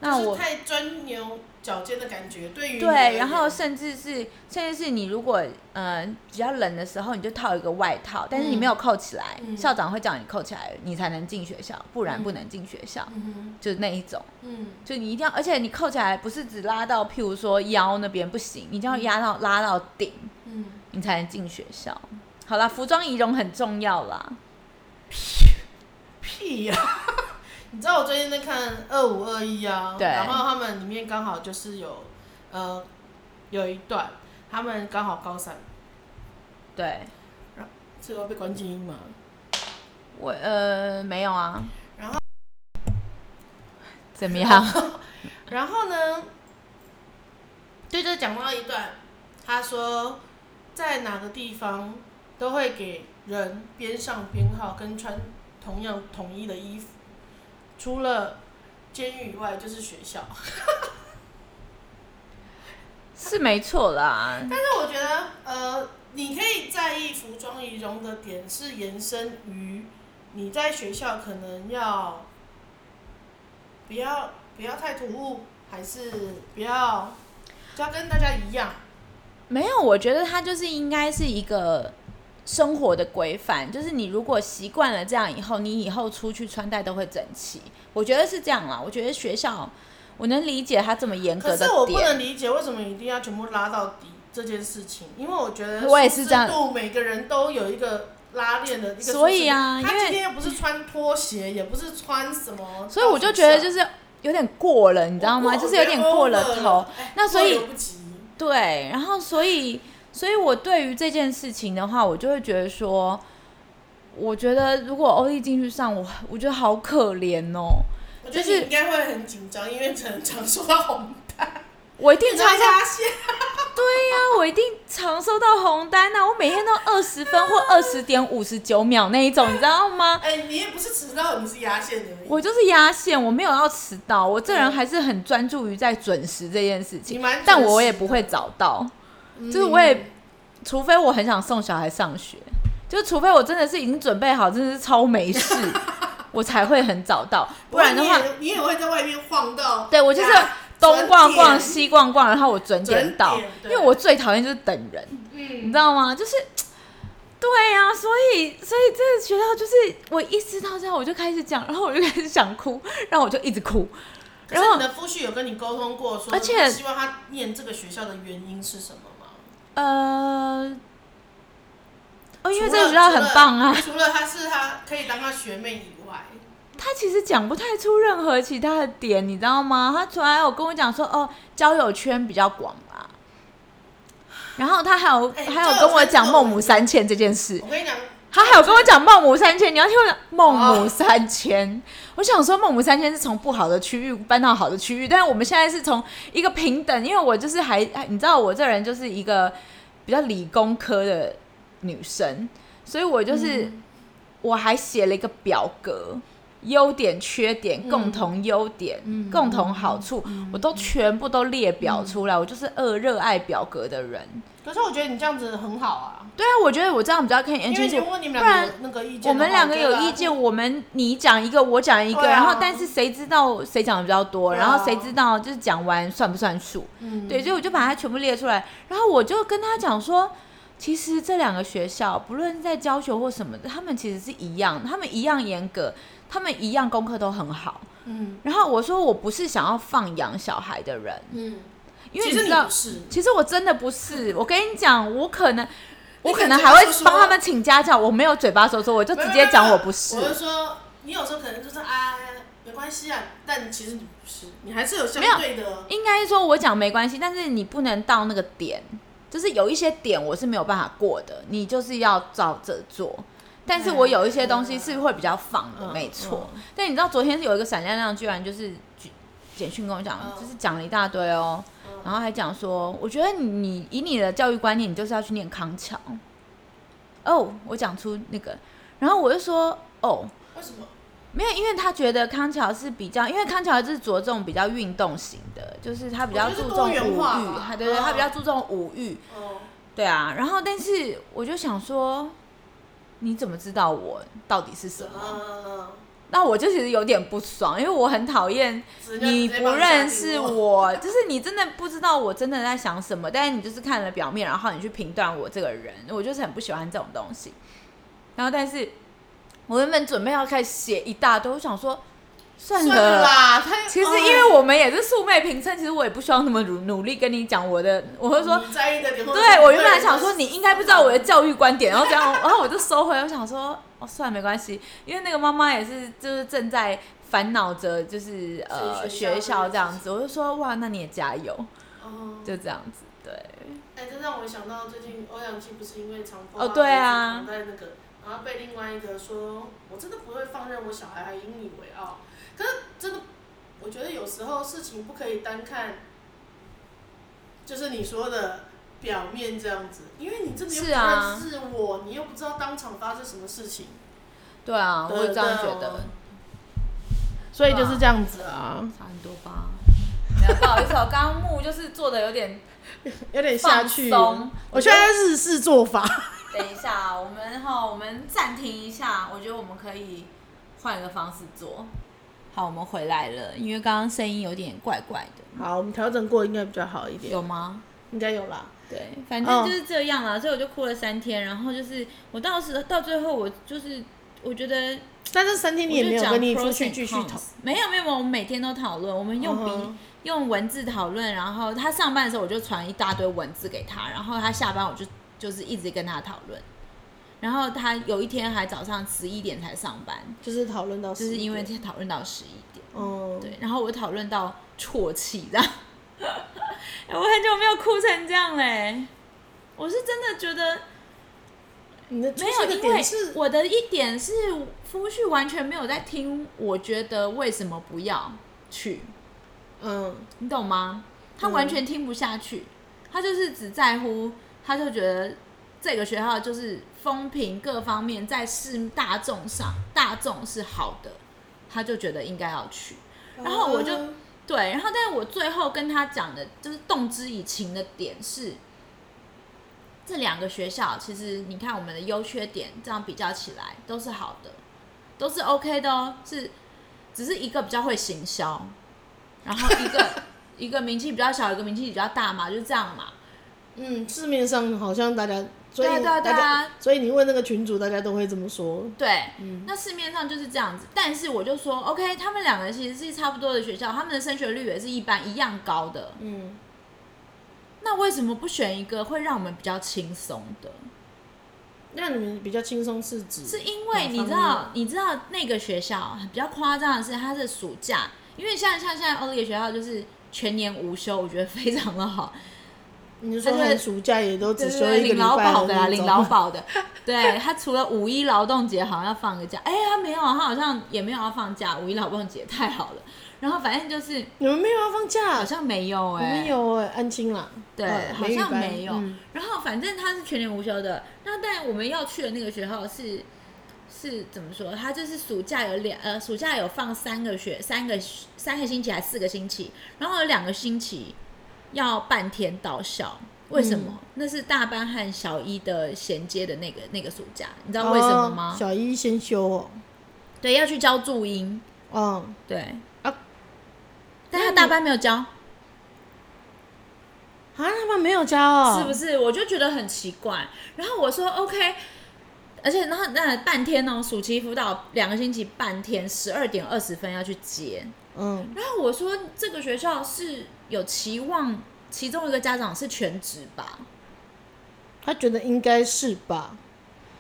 [SPEAKER 2] 那
[SPEAKER 1] 就是
[SPEAKER 2] 我
[SPEAKER 1] 太钻牛角尖的感觉，对于你而
[SPEAKER 2] 对，
[SPEAKER 1] 言
[SPEAKER 2] 然后甚至是甚至是你如果呃比较冷的时候，你就套一个外套，但是你没有扣起来，
[SPEAKER 1] 嗯
[SPEAKER 2] 校长会叫你扣起来，你才能进学校，不然
[SPEAKER 1] 嗯
[SPEAKER 2] 不能进学校，
[SPEAKER 1] 嗯
[SPEAKER 2] 就是那一种。
[SPEAKER 1] 嗯
[SPEAKER 2] 就你一定要，而且你扣起来不是只拉到，譬如说腰那边不行，你一定要压到拉到顶，
[SPEAKER 1] 嗯，
[SPEAKER 2] 你才能进学校。好啦，服装仪容很重要啦。
[SPEAKER 1] 屁呀、 <laughs> 你知道我最近在看二五二一啊，
[SPEAKER 2] 对
[SPEAKER 1] 然后他们里面刚好就是有呃有一段，他们刚好高三，
[SPEAKER 2] 对，
[SPEAKER 1] 这个被关静音嘛，
[SPEAKER 2] 我呃没有啊。
[SPEAKER 1] 然后
[SPEAKER 2] 怎么样？
[SPEAKER 1] <laughs> 然后呢，对，就讲到一段，他说在哪个地方都会给人编上编号跟穿同样统一的衣服，除了监狱以外就是学校。
[SPEAKER 2] 是没错啦。
[SPEAKER 1] 但是我觉得，呃，你可以在意服装仪容的点是延伸于你在学校可能要不要不要太突兀，还是不要就要跟大家一样。
[SPEAKER 2] 没有，我觉得它就是应该是一个生活的规范，就是你如果习惯了这样以后，你以后出去穿戴都会整齐。我觉得是这样啦。我觉得学校，我能理解它这么严格
[SPEAKER 1] 可
[SPEAKER 2] 的
[SPEAKER 1] 是我不
[SPEAKER 2] 点。
[SPEAKER 1] 能理解为什么一定要全部拉到底这件事情，因为我觉得
[SPEAKER 2] 我也是这样
[SPEAKER 1] 舒适度每个人都有一个拉链的一个舒适度，
[SPEAKER 2] 所以啊
[SPEAKER 1] 他
[SPEAKER 2] 因为
[SPEAKER 1] 今天又不是穿拖鞋，也不是穿什么，
[SPEAKER 2] 所以我就觉得就是是有点过了，你知道吗？就是有点过了头。，
[SPEAKER 1] 哎
[SPEAKER 2] 那所以
[SPEAKER 1] 过犹不及
[SPEAKER 2] 对，然后所以，所以我对于这件事情的话，我就会觉得说，我觉得如果欧丽进去上，我我觉得好可怜哦。
[SPEAKER 1] 我觉
[SPEAKER 2] 就
[SPEAKER 1] 得
[SPEAKER 2] 是
[SPEAKER 1] 你应该会很紧张，因为可能常收到红
[SPEAKER 2] 我一定常
[SPEAKER 1] 才
[SPEAKER 2] 常
[SPEAKER 1] 发现，
[SPEAKER 2] 对呀、我一定常收到红单呐、啊我每天都二十分
[SPEAKER 1] <laughs>
[SPEAKER 2] 或二十点五十九秒那一种，你知道吗？
[SPEAKER 1] 哎、你也不是迟到，你是压线的而已。
[SPEAKER 2] 我就是压线，我没有要迟到，我这人还是很专注于在准时这件事
[SPEAKER 1] 你
[SPEAKER 2] 情，
[SPEAKER 1] 蛮准时的，
[SPEAKER 2] 但我也不会早到，
[SPEAKER 1] 嗯，
[SPEAKER 2] 就是我也除非我很想送小孩上学，就除非我真的是已经准备好，真的是超
[SPEAKER 1] <laughs>
[SPEAKER 2] 没事，我才会很早到，不然的话
[SPEAKER 1] 过，你也，你也会在外面晃到。
[SPEAKER 2] 对我就是
[SPEAKER 1] 啊
[SPEAKER 2] 东逛
[SPEAKER 1] 准
[SPEAKER 2] 逛
[SPEAKER 1] 点
[SPEAKER 2] 西逛逛，然后我准点
[SPEAKER 1] 准
[SPEAKER 2] 到
[SPEAKER 1] 点，
[SPEAKER 2] 因
[SPEAKER 1] 对
[SPEAKER 2] 为我最讨厌就是等人。你
[SPEAKER 1] 嗯
[SPEAKER 2] 知，道吗？就是对呀、所以所以这个学校就是我意识到这样，我就开始讲，然后我就开始想哭，然后我就一直哭，
[SPEAKER 1] 可
[SPEAKER 2] 然
[SPEAKER 1] 是你
[SPEAKER 2] 后
[SPEAKER 1] 的夫婿有跟你沟通过说，
[SPEAKER 2] 而且
[SPEAKER 1] 希望他念这个学校的原因是什么吗？
[SPEAKER 2] 呃，哦，因为
[SPEAKER 1] 除
[SPEAKER 2] 这
[SPEAKER 1] 了
[SPEAKER 2] 个学校很棒啊，
[SPEAKER 1] 除了他是他可以当他学妹以外，
[SPEAKER 2] 他其实讲不太出任何其他的点，你知道吗？他突然有跟我讲说，哦，交友圈比较广吧。然后他还有、
[SPEAKER 1] 哎
[SPEAKER 2] 还有跟我讲孟母三迁这件事，
[SPEAKER 1] 我跟你讲，
[SPEAKER 2] 他还有跟我讲孟母三迁，你要听我讲孟母三迁。我想说孟母三迁是从不好的区域搬到好的区域，但是我们现在是从一个平等，因为我就是还还你知道我这人就是一个比较理工科的女生，所以我就是、
[SPEAKER 1] 嗯
[SPEAKER 2] 我还写了一个表格，优点、缺点、
[SPEAKER 1] 嗯
[SPEAKER 2] 共同优点、共同好处，我都全部都列表出
[SPEAKER 1] 嗯
[SPEAKER 2] 来。我就是二热爱表格的人。
[SPEAKER 1] 可是我觉得你这样子很好啊，
[SPEAKER 2] 对啊，我觉得我这样比较可以很
[SPEAKER 1] 因
[SPEAKER 2] 清
[SPEAKER 1] 为
[SPEAKER 2] 楚。
[SPEAKER 1] 如果你们
[SPEAKER 2] 不然
[SPEAKER 1] 两个有那个意见的话，
[SPEAKER 2] 我们两个有意
[SPEAKER 1] 我啊
[SPEAKER 2] 见，我们你讲一个，我讲一个，
[SPEAKER 1] 对啊
[SPEAKER 2] 然后但是谁知道谁讲的比较多，
[SPEAKER 1] 对啊
[SPEAKER 2] 然后谁知道就是讲完算不算数？
[SPEAKER 1] 觉得啊，嗯，
[SPEAKER 2] 对，所以我就把它全部列出来，然后我就跟他讲说，其实这两个学校不论在教学或什么的，他们其实是一样，他们一样严格，他们一样功课都很好。
[SPEAKER 1] 嗯
[SPEAKER 2] 然后我说我不是想要放养小孩的人，
[SPEAKER 1] 嗯，
[SPEAKER 2] 因为
[SPEAKER 1] 其实
[SPEAKER 2] 你知
[SPEAKER 1] 你
[SPEAKER 2] 道
[SPEAKER 1] 不，是，
[SPEAKER 2] 其实我真的不是，我跟你讲，我可能。我
[SPEAKER 1] 你
[SPEAKER 2] 可
[SPEAKER 1] 可
[SPEAKER 2] 能
[SPEAKER 1] 能
[SPEAKER 2] 还会
[SPEAKER 1] 就说
[SPEAKER 2] 帮他们请家教，我没有嘴巴说说，我就直接讲我不是。
[SPEAKER 1] 没有没有没有我是说，你有时候可能就是啊，没关系啊，但其实你不是，你还是有相对的。
[SPEAKER 2] 应该说我讲没关系，但是你不能到那个点，就是有一些点我是没有办法过的，你就是要照着做。但是我有一些东西是会比较放的，
[SPEAKER 1] 嗯
[SPEAKER 2] 没错。但你知道昨天是有一个闪亮亮，居然就是举简讯跟我讲，
[SPEAKER 1] 嗯
[SPEAKER 2] 就是讲了一大堆哦，然后还讲说，我觉得你你以你的教育观念，你就是要去念康桥。哦，我讲出那个，然后我就说，哦，
[SPEAKER 1] 为什么？
[SPEAKER 2] 没有，因为他觉得康桥是比较，因为康桥是着重比较运动型的，就是他比较
[SPEAKER 1] 我觉得
[SPEAKER 2] 注
[SPEAKER 1] 是
[SPEAKER 2] 重
[SPEAKER 1] 多
[SPEAKER 2] 武
[SPEAKER 1] 元化
[SPEAKER 2] 育，
[SPEAKER 1] 吧
[SPEAKER 2] 他对对，他
[SPEAKER 1] 嗯
[SPEAKER 2] 比较注重武育，
[SPEAKER 1] 哦，
[SPEAKER 2] 对啊。然后，但是我就想说，你怎么知道我到底是什
[SPEAKER 1] 嗯
[SPEAKER 2] 么？
[SPEAKER 1] 嗯嗯
[SPEAKER 2] 那我就其实有点不爽，因为我很讨厌
[SPEAKER 1] 只能
[SPEAKER 2] 你
[SPEAKER 1] 直接
[SPEAKER 2] 不
[SPEAKER 1] 帮你下
[SPEAKER 2] 认
[SPEAKER 1] 定
[SPEAKER 2] 识
[SPEAKER 1] <laughs> 论，
[SPEAKER 2] 我，就是你真的不知道我真的在想什么，但是你就是看了表面，然后你去评断我这个人，我就是很不喜欢这种东西。然后，但是我原本准备要开始写一大堆，我想说算
[SPEAKER 1] 算了啦。嗯他哦
[SPEAKER 2] 其实因为我们也是素昧平生，其实我也不需要那么努努力跟你讲我的，我会
[SPEAKER 1] 我
[SPEAKER 2] 说。
[SPEAKER 1] 在意的点，或者
[SPEAKER 2] <laughs> 对，
[SPEAKER 1] 你
[SPEAKER 2] 我原本还
[SPEAKER 1] 对
[SPEAKER 2] 想说你应该不知道我的
[SPEAKER 1] 嗯
[SPEAKER 2] 教育观点，然后这样， <laughs> 然后我就收回，我想说，哦，算了，没关系，因为那个妈妈也是，就是正在烦恼着，就是呃
[SPEAKER 1] 是学校
[SPEAKER 2] 学校这样子，我就说，哇，那你也加油，
[SPEAKER 1] 哦
[SPEAKER 2] 就这样子，对，
[SPEAKER 1] 哎，这让我想到最近欧阳靖不是因为长头
[SPEAKER 2] 哦
[SPEAKER 1] 发
[SPEAKER 2] 对
[SPEAKER 1] 一直
[SPEAKER 2] 啊
[SPEAKER 1] 躺在那个，然后被另外一个说，我真的不会放任我小孩啊引以为傲。可是真的，我觉得有时候事情不可以单看，就是你说的表面这样子，因为你真的又不
[SPEAKER 2] 是啊
[SPEAKER 1] 认识我，你又不知道当场发生什么事情，
[SPEAKER 2] 对啊，我也这样觉
[SPEAKER 1] 对
[SPEAKER 2] 得
[SPEAKER 1] 啊，所以就是这样子啊，
[SPEAKER 2] 差很多吧。 <laughs> 没有不好意思哦，刚刚木就是做的有点，
[SPEAKER 1] 有点下去
[SPEAKER 2] 放松。
[SPEAKER 1] 我现在日式做法。
[SPEAKER 2] 等一下啊， <laughs> 我们哈，我们暂停一下，我觉得我们可以换一个方式做。好，我们回来了，因为刚刚声音有点怪怪的，
[SPEAKER 1] 好，我们调整过应该比较好一点，
[SPEAKER 2] 有吗？
[SPEAKER 1] 应该有啦。
[SPEAKER 2] 对，反
[SPEAKER 1] 嗯
[SPEAKER 2] 正就是这样啦，所以我就哭了三天，然后就是我到时到最后我就是我觉得
[SPEAKER 1] 但这三天你也没有跟你出去继续
[SPEAKER 2] 我就
[SPEAKER 1] 讨
[SPEAKER 2] 讲 pros and cons，没有没有，我们每天都讨论，我们用笔、
[SPEAKER 1] 嗯哼
[SPEAKER 2] 用文字讨论，然后他上班的时候我就传一大堆文字给他，然后他下班我就就是一直跟他讨论，然后他有一天还早上十一点才上班，
[SPEAKER 1] 就是讨论到，
[SPEAKER 2] 就是因为讨论到十一点，
[SPEAKER 1] 嗯，
[SPEAKER 2] 对，然后我讨论到啜泣这样，我很久没有哭成这样嘞，我是真的觉得。
[SPEAKER 1] 你的出
[SPEAKER 2] 没
[SPEAKER 1] 现
[SPEAKER 2] 有，
[SPEAKER 1] 的
[SPEAKER 2] 因为
[SPEAKER 1] 点是，
[SPEAKER 2] 我的一点是夫婿完全没有在听，我觉得为什么不要去，
[SPEAKER 1] 嗯，
[SPEAKER 2] 你懂吗？他完全听不下去，他就是只在乎，他就觉得这个学校就是风评各方面在市大众上，大众是好的，他就觉得应该要去。然后我就
[SPEAKER 1] 嗯
[SPEAKER 2] 对，然后但是我最后跟他讲的就是动之以情的点是，这两个学校其实你看我们的优缺点这样比较起来都是好的，都是 OK 的哦，是只是一个比较会行销，然后一个一个名气比较小，一个名气比较大嘛，就这样嘛。
[SPEAKER 1] 嗯，市面上好像大家，所以
[SPEAKER 2] 对啊对啊
[SPEAKER 1] 大
[SPEAKER 2] 对
[SPEAKER 1] 家，
[SPEAKER 2] 啊，
[SPEAKER 1] 所以你问那个群主，大家都会这么说，
[SPEAKER 2] 对，那市面上就是这样子。但是我就说，OK，他们两个其实是差不多的学校，他们的升学率也是一般一样高的，
[SPEAKER 1] 嗯，
[SPEAKER 2] 那为什么不选一个会让我们比较轻松的？
[SPEAKER 1] 那你们比较轻松是指
[SPEAKER 2] 是因为你知
[SPEAKER 1] 哪方
[SPEAKER 2] 道，你知道那个学校比较夸张的是，它是暑假，因为像像现在欧丽的学校就是全年无休，我觉得非常的好，
[SPEAKER 1] 面？你是说
[SPEAKER 2] 但是
[SPEAKER 1] 寒暑假也都
[SPEAKER 2] 对
[SPEAKER 1] 只
[SPEAKER 2] 对
[SPEAKER 1] 休
[SPEAKER 2] 对，
[SPEAKER 1] 一个
[SPEAKER 2] 领
[SPEAKER 1] 礼
[SPEAKER 2] 劳
[SPEAKER 1] 拜
[SPEAKER 2] 保的啦，啊
[SPEAKER 1] 那
[SPEAKER 2] 领
[SPEAKER 1] 种
[SPEAKER 2] 劳保的，对他除了五一劳动节好像要放个假，哎、他没有，他好像也没有要放假，五一劳动节太好了，然后反正就是
[SPEAKER 1] 你们没有要放
[SPEAKER 2] 好
[SPEAKER 1] 假？
[SPEAKER 2] 像没有
[SPEAKER 1] 我
[SPEAKER 2] 哎、
[SPEAKER 1] 们有哎，安亲啦。
[SPEAKER 2] 对
[SPEAKER 1] 呃
[SPEAKER 2] 好
[SPEAKER 1] 美语
[SPEAKER 2] 像
[SPEAKER 1] 班
[SPEAKER 2] 没有
[SPEAKER 1] 嗯
[SPEAKER 2] 然后反正他是全年无休的。那但我们要去的那个学校是是怎么说？他就是暑假有两呃，暑假有放三个学三个三个星期还是四个星期，然后有两个星期要半天到校。为什么？
[SPEAKER 1] 嗯
[SPEAKER 2] 那是大班和小一的衔接的那个那个暑假，你知道为什么吗
[SPEAKER 1] 哦？小一先休哦，
[SPEAKER 2] 对，要去教注音，
[SPEAKER 1] 嗯，
[SPEAKER 2] 对
[SPEAKER 1] 啊
[SPEAKER 2] 但
[SPEAKER 1] 那
[SPEAKER 2] 他
[SPEAKER 1] 你
[SPEAKER 2] 大班没有教，
[SPEAKER 1] 啊，他们没有教哦，
[SPEAKER 2] 是不是？我就觉得很奇怪。然后我说 OK，而且然后那半天哦，暑期辅导两个星期半天，十二点二十分要去接。
[SPEAKER 1] 嗯，
[SPEAKER 2] 然后我说这个学校是有期望，其中一个家长是全职吧，
[SPEAKER 1] 他觉得应该是吧。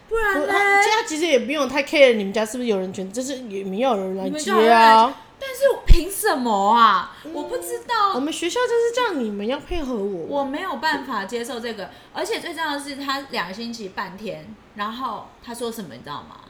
[SPEAKER 2] 不然
[SPEAKER 1] 不
[SPEAKER 2] 呢？
[SPEAKER 1] 他他其实也不用太 care 你们家是不是有人权，就是也没有人来
[SPEAKER 2] 你们
[SPEAKER 1] 接
[SPEAKER 2] 就有人来
[SPEAKER 1] 啊
[SPEAKER 2] 接。但是凭什么啊？我不知道，
[SPEAKER 1] 我们学校就是这样，你们要配合我。
[SPEAKER 2] 我没有办法接受这个，而且最重要的是，他两个星期半天，然后他说什么，你知道吗？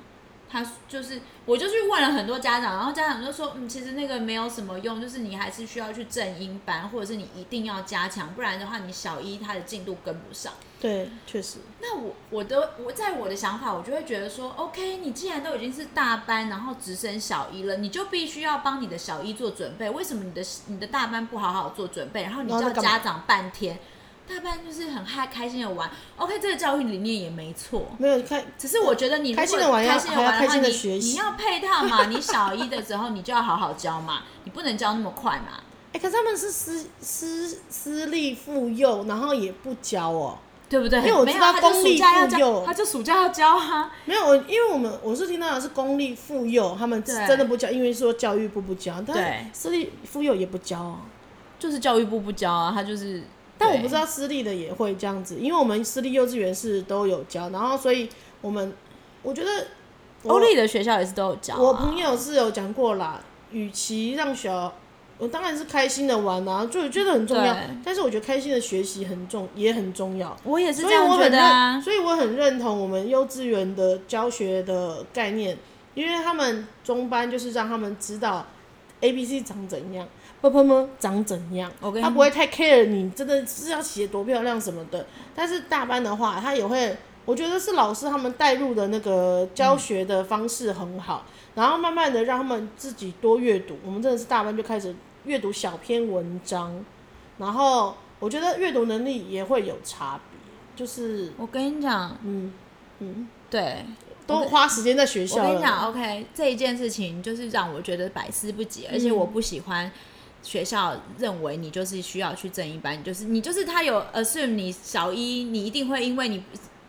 [SPEAKER 2] 他就是，我就去问了很多家长，然后家长就说，嗯，其实那个没有什么用，就是你还是需要去正音班，或者是你一定要加强，不然的话，你小一他的进度跟不上。
[SPEAKER 1] 对，确实，
[SPEAKER 2] 那我我的我在我的想法，我就会觉得说，OK，你既然都已经是大班，然后直升小一了，你就必须要帮你的小一做准备。为什么你的你的大班不好好做准备，然后你
[SPEAKER 1] 然后在
[SPEAKER 2] 叫
[SPEAKER 1] 干嘛
[SPEAKER 2] 家长半天？大班就是很嗨开心的玩，OK，这个教育理念也没错。
[SPEAKER 1] 没有看
[SPEAKER 2] 只是我觉得你如果
[SPEAKER 1] 开心地玩要
[SPEAKER 2] 开心的
[SPEAKER 1] 还
[SPEAKER 2] 玩
[SPEAKER 1] 要开
[SPEAKER 2] 的话，
[SPEAKER 1] 心地
[SPEAKER 2] 你
[SPEAKER 1] 学习
[SPEAKER 2] 你要配套嘛，你小一的时候你就要好好教嘛，你不能教那么快嘛。
[SPEAKER 1] 哎、可是他们是私私私立妇幼，然后也不教哦。
[SPEAKER 2] 对不对？
[SPEAKER 1] 因为我知道
[SPEAKER 2] 没有啊他就
[SPEAKER 1] 公立
[SPEAKER 2] 暑假要
[SPEAKER 1] 妇
[SPEAKER 2] 教，
[SPEAKER 1] 幼
[SPEAKER 2] 他就暑假要教啊。
[SPEAKER 1] 没有，我因为我们我是听到的是公立妇幼，他们
[SPEAKER 2] 对
[SPEAKER 1] 真的不教，因为说教育部不教，
[SPEAKER 2] 对
[SPEAKER 1] 但私立妇幼也不教啊。
[SPEAKER 2] 就是教育部不教啊，他就是。
[SPEAKER 1] 但我
[SPEAKER 2] 对
[SPEAKER 1] 不知道私立的也会这样子，因为我们私立幼稚园是都有教，然后所以我们我觉得我
[SPEAKER 2] 欧丽的学校哦也是都有教、啊。
[SPEAKER 1] 我朋友是有讲过啦，与其让小，我当然是开心的玩啊，就觉得很重要
[SPEAKER 2] 对，
[SPEAKER 1] 但是我觉得开心的学习很重也很重要。
[SPEAKER 2] 我也是
[SPEAKER 1] 所
[SPEAKER 2] 这
[SPEAKER 1] 以
[SPEAKER 2] 样
[SPEAKER 1] 我
[SPEAKER 2] 觉
[SPEAKER 1] 很
[SPEAKER 2] 得
[SPEAKER 1] 认，
[SPEAKER 2] 啊。
[SPEAKER 1] 所以我很认同我们幼稚园的教学的概念，因为他们中班就是让他们知道 A B C 长怎样，不不不长怎样，
[SPEAKER 2] 我跟
[SPEAKER 1] 他不会太 care 你真的是要写多漂亮什么的。但是大班的话，他也会，我觉得是老师他们带入的那个教
[SPEAKER 2] 嗯
[SPEAKER 1] 学的方式很好，然后慢慢的让他们自己多阅读。我们真的是大班就开始阅读小篇文章，然后我觉得阅读能力也会有差别，就是
[SPEAKER 2] 我跟你讲，
[SPEAKER 1] 嗯嗯，
[SPEAKER 2] 对，
[SPEAKER 1] 都花时间在学
[SPEAKER 2] 我
[SPEAKER 1] 校
[SPEAKER 2] 跟你
[SPEAKER 1] 了。
[SPEAKER 2] 讲，OK，这一件事情就是让我觉得百思不
[SPEAKER 1] 嗯
[SPEAKER 2] 解，而且我不喜欢。学校认为你就是需要去正一班，你就是你就是他有 assume 你小一，你一定会因为你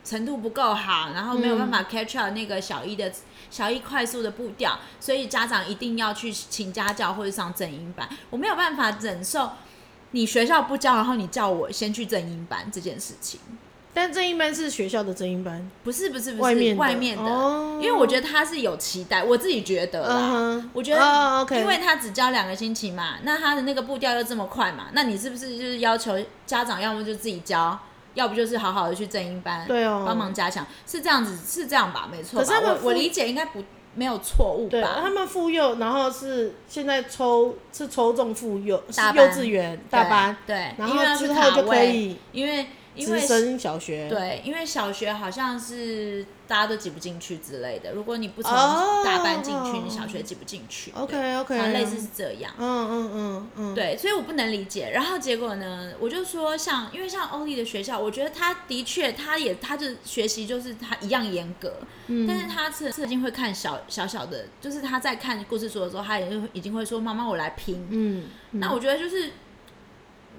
[SPEAKER 2] 程度不够好，然后没有办
[SPEAKER 1] 嗯
[SPEAKER 2] 法 catch up 那个小一的、小一快速的步调，所以家长一定要去请家教或者上正音班。我没有办法忍受你学校不教，然后你叫我先去正音班这件事情。
[SPEAKER 1] 但正音班是学校的正音班，
[SPEAKER 2] 不是不是不是
[SPEAKER 1] 外面的
[SPEAKER 2] 外面的，
[SPEAKER 1] 哦
[SPEAKER 2] 因为我觉得他是有期待，我自己觉得啦。
[SPEAKER 1] 嗯哼
[SPEAKER 2] 我觉得，
[SPEAKER 1] 哦，OK
[SPEAKER 2] 因为他只教两个星期嘛，那他的那个步调又这么快嘛，那你是不是就是要求家长要么就自己教，要不就是好好的去正音班，
[SPEAKER 1] 对哦
[SPEAKER 2] 帮忙加强，是这样子，是这样吧？没错
[SPEAKER 1] 可
[SPEAKER 2] 吧，
[SPEAKER 1] 是他们
[SPEAKER 2] 我我
[SPEAKER 1] 父
[SPEAKER 2] 理解应该不没有错误
[SPEAKER 1] 对
[SPEAKER 2] 吧
[SPEAKER 1] 他？们妇幼，然后是现在抽是抽中妇幼，是
[SPEAKER 2] 大
[SPEAKER 1] 幼
[SPEAKER 2] 班
[SPEAKER 1] 稚园大班，
[SPEAKER 2] 对，
[SPEAKER 1] 然
[SPEAKER 2] 因为要
[SPEAKER 1] 后
[SPEAKER 2] 去
[SPEAKER 1] 之
[SPEAKER 2] 卡
[SPEAKER 1] 后就可
[SPEAKER 2] 位，
[SPEAKER 1] 以
[SPEAKER 2] 因为因
[SPEAKER 1] 直
[SPEAKER 2] 为
[SPEAKER 1] 升小学。
[SPEAKER 2] 对，因为小学好像是大家都挤不进去之类的。如果你不从
[SPEAKER 1] 哦
[SPEAKER 2] 大班进去，你小学挤不进去。对
[SPEAKER 1] ，OK
[SPEAKER 2] 好像
[SPEAKER 1] OK，
[SPEAKER 2] 类似是这样。
[SPEAKER 1] 嗯嗯嗯嗯，
[SPEAKER 2] 对，所以我不能理解。然后结果呢，我就说像，因为像欧丽的学校，我觉得他的确，他也他就学习就是他一样严格，
[SPEAKER 1] 嗯
[SPEAKER 2] 但是他是是已经会看小小小的，就是他在看故事书的时候，他也就已经会说妈妈我来拼，
[SPEAKER 1] 嗯，嗯
[SPEAKER 2] 那我觉得就是，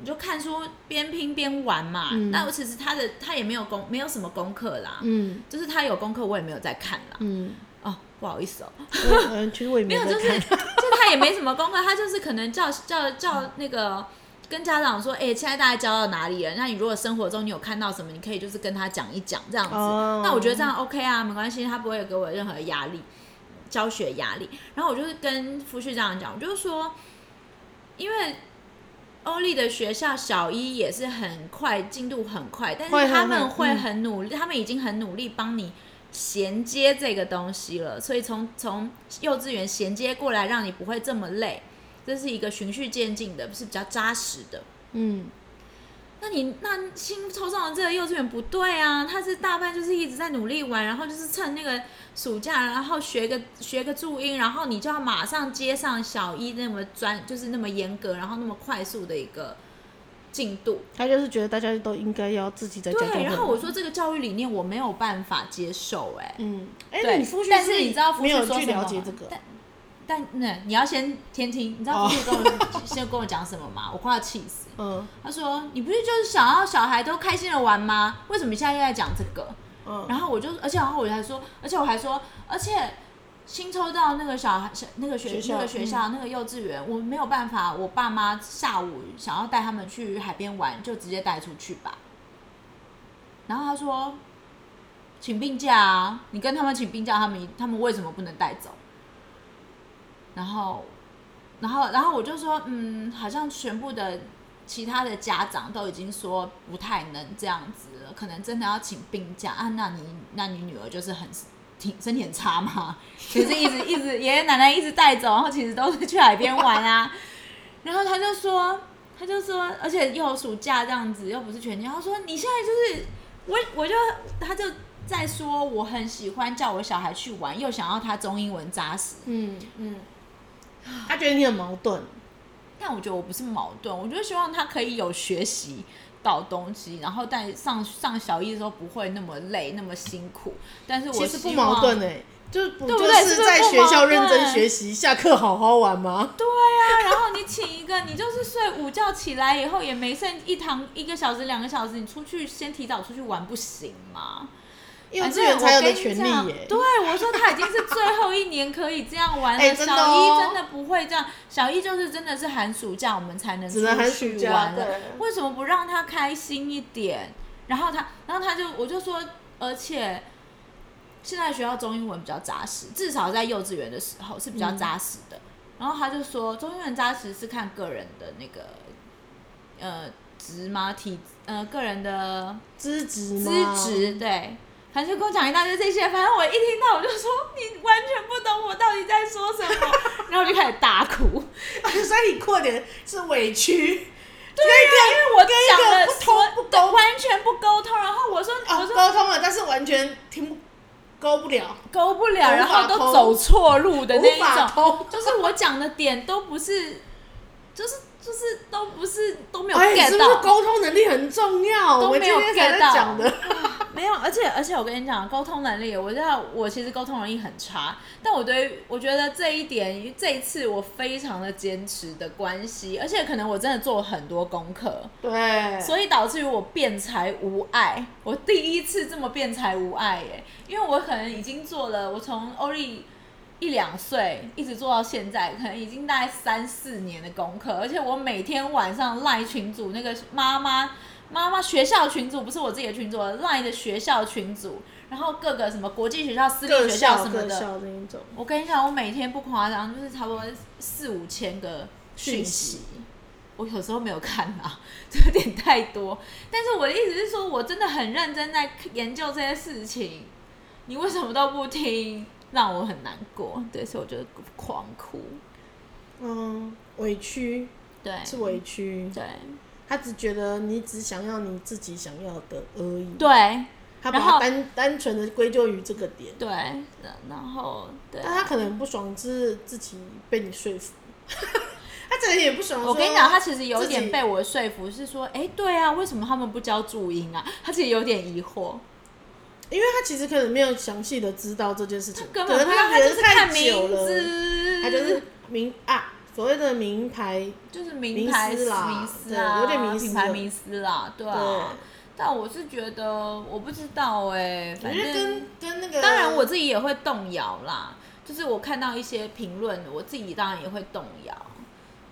[SPEAKER 2] 你就看书边拼边玩嘛。那其实他的他也没有功，没有什么功课啦，
[SPEAKER 1] 嗯
[SPEAKER 2] 就是他有功课，我也没有在看啦。 <laughs>
[SPEAKER 1] 嗯，
[SPEAKER 2] 哦，不好意思哦，
[SPEAKER 1] 我嗯，其实我也
[SPEAKER 2] 没有，
[SPEAKER 1] 在
[SPEAKER 2] <laughs> 就是
[SPEAKER 1] 看
[SPEAKER 2] 就他也没什么功课，他就是可能叫叫叫那个。跟家长说，哎、现在大家教到哪里了？那你如果生活中你有看到什么，你可以就是跟他讲一讲这样子。
[SPEAKER 1] 哦
[SPEAKER 2] 那我觉得这样 OK 啊，没关系，他不会给我任何压力，教学压力。然后我就是跟夫婿这样讲，我就是说，因为欧丽的学校小一也是很快进度很快，但
[SPEAKER 1] 会
[SPEAKER 2] 是
[SPEAKER 1] 很
[SPEAKER 2] 他们会
[SPEAKER 1] 嗯
[SPEAKER 2] 很努力，他们已经很努力帮你衔接这个东西了，所以从从幼稚园衔接过来，让你不会这么累，这是一个循序渐进的，是比较扎实的。
[SPEAKER 1] 嗯，
[SPEAKER 2] 那你那新抽中的这个幼稚园不对啊，他是大半就是一直在努力玩，然后就是趁那个暑假，然后学个学个注音，然后你就要马上接上小一那么专，就是那么严格，然后那么快速的一个进度。
[SPEAKER 1] 他就是觉得大家都应该要自己在家
[SPEAKER 2] 对，
[SPEAKER 1] 中
[SPEAKER 2] 然
[SPEAKER 1] 混
[SPEAKER 2] 后我说这个教育理念我没有办法接受、哎，
[SPEAKER 1] 嗯，哎、
[SPEAKER 2] 对
[SPEAKER 1] 那你夫
[SPEAKER 2] 但
[SPEAKER 1] 婿
[SPEAKER 2] 是你知道夫
[SPEAKER 1] 没
[SPEAKER 2] 婿
[SPEAKER 1] 有
[SPEAKER 2] 说
[SPEAKER 1] 去
[SPEAKER 2] 什么
[SPEAKER 1] 了解
[SPEAKER 2] 吗
[SPEAKER 1] 这个，
[SPEAKER 2] 但但那、你要先先听，你知道夫婿跟我、 <laughs> 先跟我讲什么吗？我快要气死。
[SPEAKER 1] 嗯
[SPEAKER 2] 他说：“你不是就是想要小孩都开心的玩吗？为什么现在又在讲这个？”
[SPEAKER 1] 嗯，
[SPEAKER 2] 然后我就，而且然后我还说，而且我还说，而且新抽到那个小孩、小那个学、
[SPEAKER 1] 学校嗯
[SPEAKER 2] 那个学校、那个幼稚园，我没有办法，我爸妈下午想要带他们去海边玩，就直接带出去吧。然后他说，请病假啊，你跟他们请病假，他们他们为什么不能带走？然后，然后，然后我就说，嗯，好像全部的其他的家长都已经说不太能这样子了，可能真的要请病假啊。那你那你女儿就是很挺身体很差嘛，其实一直一直爷爷奶奶一直带走，然后其实都是去海边
[SPEAKER 1] <laughs>
[SPEAKER 2] 玩啊。然后他就说，他就说，而且又有暑假这样子，又不是全年。他说你现在就是我，我就他就在说我很喜欢叫我小孩去玩，又想要他中英文扎实。
[SPEAKER 1] 嗯嗯，他觉得你很矛盾，
[SPEAKER 2] 但我觉得我不是矛盾，我就希望他可以有学习到东西，然后但上上小一的时候不会那么累那么辛苦。但是我
[SPEAKER 1] 其实不
[SPEAKER 2] 希望
[SPEAKER 1] 矛盾哎、就不
[SPEAKER 2] 对不
[SPEAKER 1] 就
[SPEAKER 2] 对
[SPEAKER 1] 是
[SPEAKER 2] 是不是
[SPEAKER 1] 在
[SPEAKER 2] 不
[SPEAKER 1] 学校
[SPEAKER 2] 矛
[SPEAKER 1] 认真
[SPEAKER 2] 盾
[SPEAKER 1] 学习，下课好好玩吗？
[SPEAKER 2] 对啊，然后你请一个，你就是睡午觉起来以后也没剩一堂一个小时两个小时，你出去先提早出去玩不行吗？
[SPEAKER 1] 幼
[SPEAKER 2] 反
[SPEAKER 1] 稚
[SPEAKER 2] 正
[SPEAKER 1] 园才有
[SPEAKER 2] 我跟
[SPEAKER 1] 的
[SPEAKER 2] 你
[SPEAKER 1] 权
[SPEAKER 2] 讲
[SPEAKER 1] 利耶、
[SPEAKER 2] 对，我说他已经是最后一年可以这样玩了，
[SPEAKER 1] 哎真的哦
[SPEAKER 2] 小一真的不会这样，小一就是真的是寒暑假我们才能出
[SPEAKER 1] 只能寒暑
[SPEAKER 2] 去
[SPEAKER 1] 假
[SPEAKER 2] 玩了
[SPEAKER 1] 对，
[SPEAKER 2] 为什么不让他开心一点？然后他，然后他就我就说，而且。现在学校中英文比较扎实，至少在幼稚园的时候是比较
[SPEAKER 1] 嗯
[SPEAKER 2] 扎实的。然后他就说，中英文扎实是看个人的那个呃值吗？体呃个人的
[SPEAKER 1] 资质
[SPEAKER 2] 资
[SPEAKER 1] 吗
[SPEAKER 2] 质，对，反正就跟我讲一大堆这些，反正我一听到我就说你完全不懂我到底在说什
[SPEAKER 1] <laughs>
[SPEAKER 2] 么，然后我就开始大哭，
[SPEAKER 1] <laughs> 所以你哭的点是委屈，
[SPEAKER 2] 对呀、因为我讲了
[SPEAKER 1] 不通不
[SPEAKER 2] 说完全不沟通，然后我说、
[SPEAKER 1] 哦，
[SPEAKER 2] 我说
[SPEAKER 1] 沟通了，但是完全听不沟不了，
[SPEAKER 2] 沟不了，然后
[SPEAKER 1] 无法
[SPEAKER 2] 都
[SPEAKER 1] 沟
[SPEAKER 2] 走错路的那
[SPEAKER 1] 无法
[SPEAKER 2] 一
[SPEAKER 1] 沟
[SPEAKER 2] 种，就是我讲的点都不是，就是就是都不是都没有
[SPEAKER 1] 哎，是
[SPEAKER 2] get
[SPEAKER 1] 不
[SPEAKER 2] 到，
[SPEAKER 1] 是沟通能力很重要？
[SPEAKER 2] 都
[SPEAKER 1] 我们
[SPEAKER 2] 没
[SPEAKER 1] 今
[SPEAKER 2] 有
[SPEAKER 1] 天才
[SPEAKER 2] get
[SPEAKER 1] 在
[SPEAKER 2] 到
[SPEAKER 1] 讲的，
[SPEAKER 2] <laughs> 没有，而且而且我跟你讲，沟通能力，我知道我其实沟通能力很差，但我对于我觉得这一点，这一次我非常的坚持的关系，而且可能我真的做了很多功课，
[SPEAKER 1] 对，
[SPEAKER 2] 所以导致于我辩才无碍，我第一次这么辩才无碍耶，因为我可能已经做了，我从欧丽一两岁一直做到现在，可能已经大概三四年的功课，而且我每天晚上赖群组那个妈妈妈妈学校群组，不是我自己的群组，赖的学校群组，然后各个什么国际学校、私
[SPEAKER 1] 各
[SPEAKER 2] 立学校
[SPEAKER 1] 校
[SPEAKER 2] 什么
[SPEAKER 1] 各
[SPEAKER 2] 的，
[SPEAKER 1] 校那一种，
[SPEAKER 2] 我跟你讲，我每天不夸张，就是差不多四五千个讯
[SPEAKER 1] 讯
[SPEAKER 2] 息
[SPEAKER 1] 息。
[SPEAKER 2] 我有时候没有看啊， <laughs> 这有点太多。但是我的意思是说，我真的很认真在研究这些事情，你为什么都不听，让我很难过。对，所以我就狂哭。
[SPEAKER 1] 嗯，委屈
[SPEAKER 2] 对，
[SPEAKER 1] 是委屈，
[SPEAKER 2] 对，
[SPEAKER 1] 他只觉得你只想要你自己想要的而已，
[SPEAKER 2] 对，
[SPEAKER 1] 他把
[SPEAKER 2] 然后
[SPEAKER 1] 它单单纯的归咎于这个点，
[SPEAKER 2] 对，然后对啊。
[SPEAKER 1] 但他可能不爽是自己被你说服， <laughs> 他可能也不爽。
[SPEAKER 2] 我跟你讲，他其实有
[SPEAKER 1] 自己
[SPEAKER 2] 点被我说服，是说，哎，对啊，为什么他们不教注音啊？他其实有点疑惑。
[SPEAKER 1] 因为他其实可能没有详细的知道这件事情，
[SPEAKER 2] 根
[SPEAKER 1] 可
[SPEAKER 2] 本
[SPEAKER 1] 能
[SPEAKER 2] 不知道，
[SPEAKER 1] 他
[SPEAKER 2] 他
[SPEAKER 1] 觉
[SPEAKER 2] 就
[SPEAKER 1] 得
[SPEAKER 2] 是
[SPEAKER 1] 太
[SPEAKER 2] 看
[SPEAKER 1] 久
[SPEAKER 2] 名
[SPEAKER 1] 了，
[SPEAKER 2] 字，
[SPEAKER 1] 他就是名啊，所谓的名牌，
[SPEAKER 2] 就是名牌
[SPEAKER 1] 迷思啦
[SPEAKER 2] 迷思啊，
[SPEAKER 1] 对有点迷思
[SPEAKER 2] 品牌迷思啦，对啊。但我是觉得，我不知道哎、
[SPEAKER 1] 我
[SPEAKER 2] 反
[SPEAKER 1] 觉得
[SPEAKER 2] 正
[SPEAKER 1] 跟啊跟那个，
[SPEAKER 2] 当然我自己也会动摇啦。就是我看到一些评论，我自己当然也会动摇。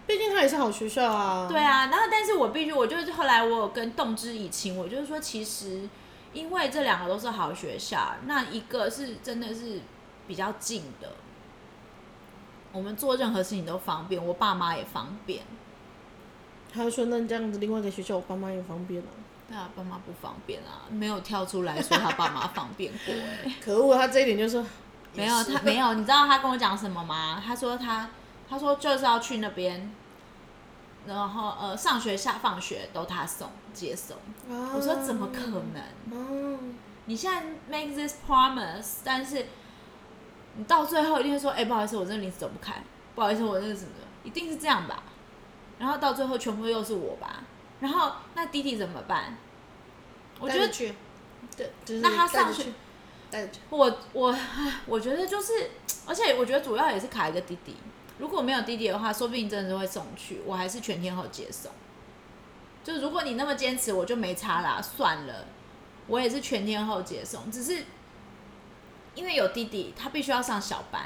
[SPEAKER 1] 毕竟它也是好学校啊。
[SPEAKER 2] 对啊，然后但是我必须，我就是后来我有跟动之以情，我就是说，其实因为这两个都是好学校，那一个是真的是比较近的，我们做任何事情都方便，我爸妈也方便。
[SPEAKER 1] 他就说：“那这样子，另外一个学校我爸妈也方
[SPEAKER 2] <laughs>
[SPEAKER 1] 便啊。
[SPEAKER 2] 对啊，爸妈不方便啊，没有跳出来说他爸妈方便过哎、”
[SPEAKER 1] 可恶，他这一点就说
[SPEAKER 2] <laughs> 没有他没有，你知道他跟我讲什么吗？他说他他说就是要去那边，然后呃上学下放学都他送接送。
[SPEAKER 1] 啊
[SPEAKER 2] 我说怎么可能？
[SPEAKER 1] 嗯，
[SPEAKER 2] 你现在 make this promise，但是你到最后一定会说，哎、不好意思，我这个临时走不开，不好意思，我那个什么的，一定是这样吧？然后到最后全部又是我吧？然后那弟弟怎么办？我觉
[SPEAKER 1] 带
[SPEAKER 2] 得
[SPEAKER 1] 着去，对，就是
[SPEAKER 2] 那他
[SPEAKER 1] 带着
[SPEAKER 2] 上学
[SPEAKER 1] 去，带着去，
[SPEAKER 2] 我我唉我觉得就是，而且我觉得主要也是卡一个弟弟。如果没有弟弟的话，说不定真的是会送去，我还是全天候接送。就如果你那么坚持，我就没差啦，算了，我也是全天候接送。只是因为有弟弟，他必须要上小班，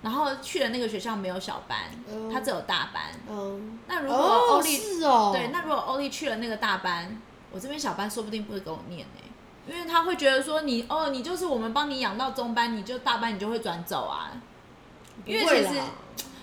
[SPEAKER 2] 然后去的那个学校没有小班，
[SPEAKER 1] 嗯
[SPEAKER 2] 他只有大班。
[SPEAKER 1] 嗯，
[SPEAKER 2] 那如果欧
[SPEAKER 1] 哦，
[SPEAKER 2] 丽、
[SPEAKER 1] 是哦，
[SPEAKER 2] 对，那如果欧丽去了那个大班，我这边小班说不定不会给我念呢、因为他会觉得说你哦，你就是我们帮你养到中班，你就大班你就会转走啊。因为
[SPEAKER 1] 不会
[SPEAKER 2] 其实
[SPEAKER 1] 啦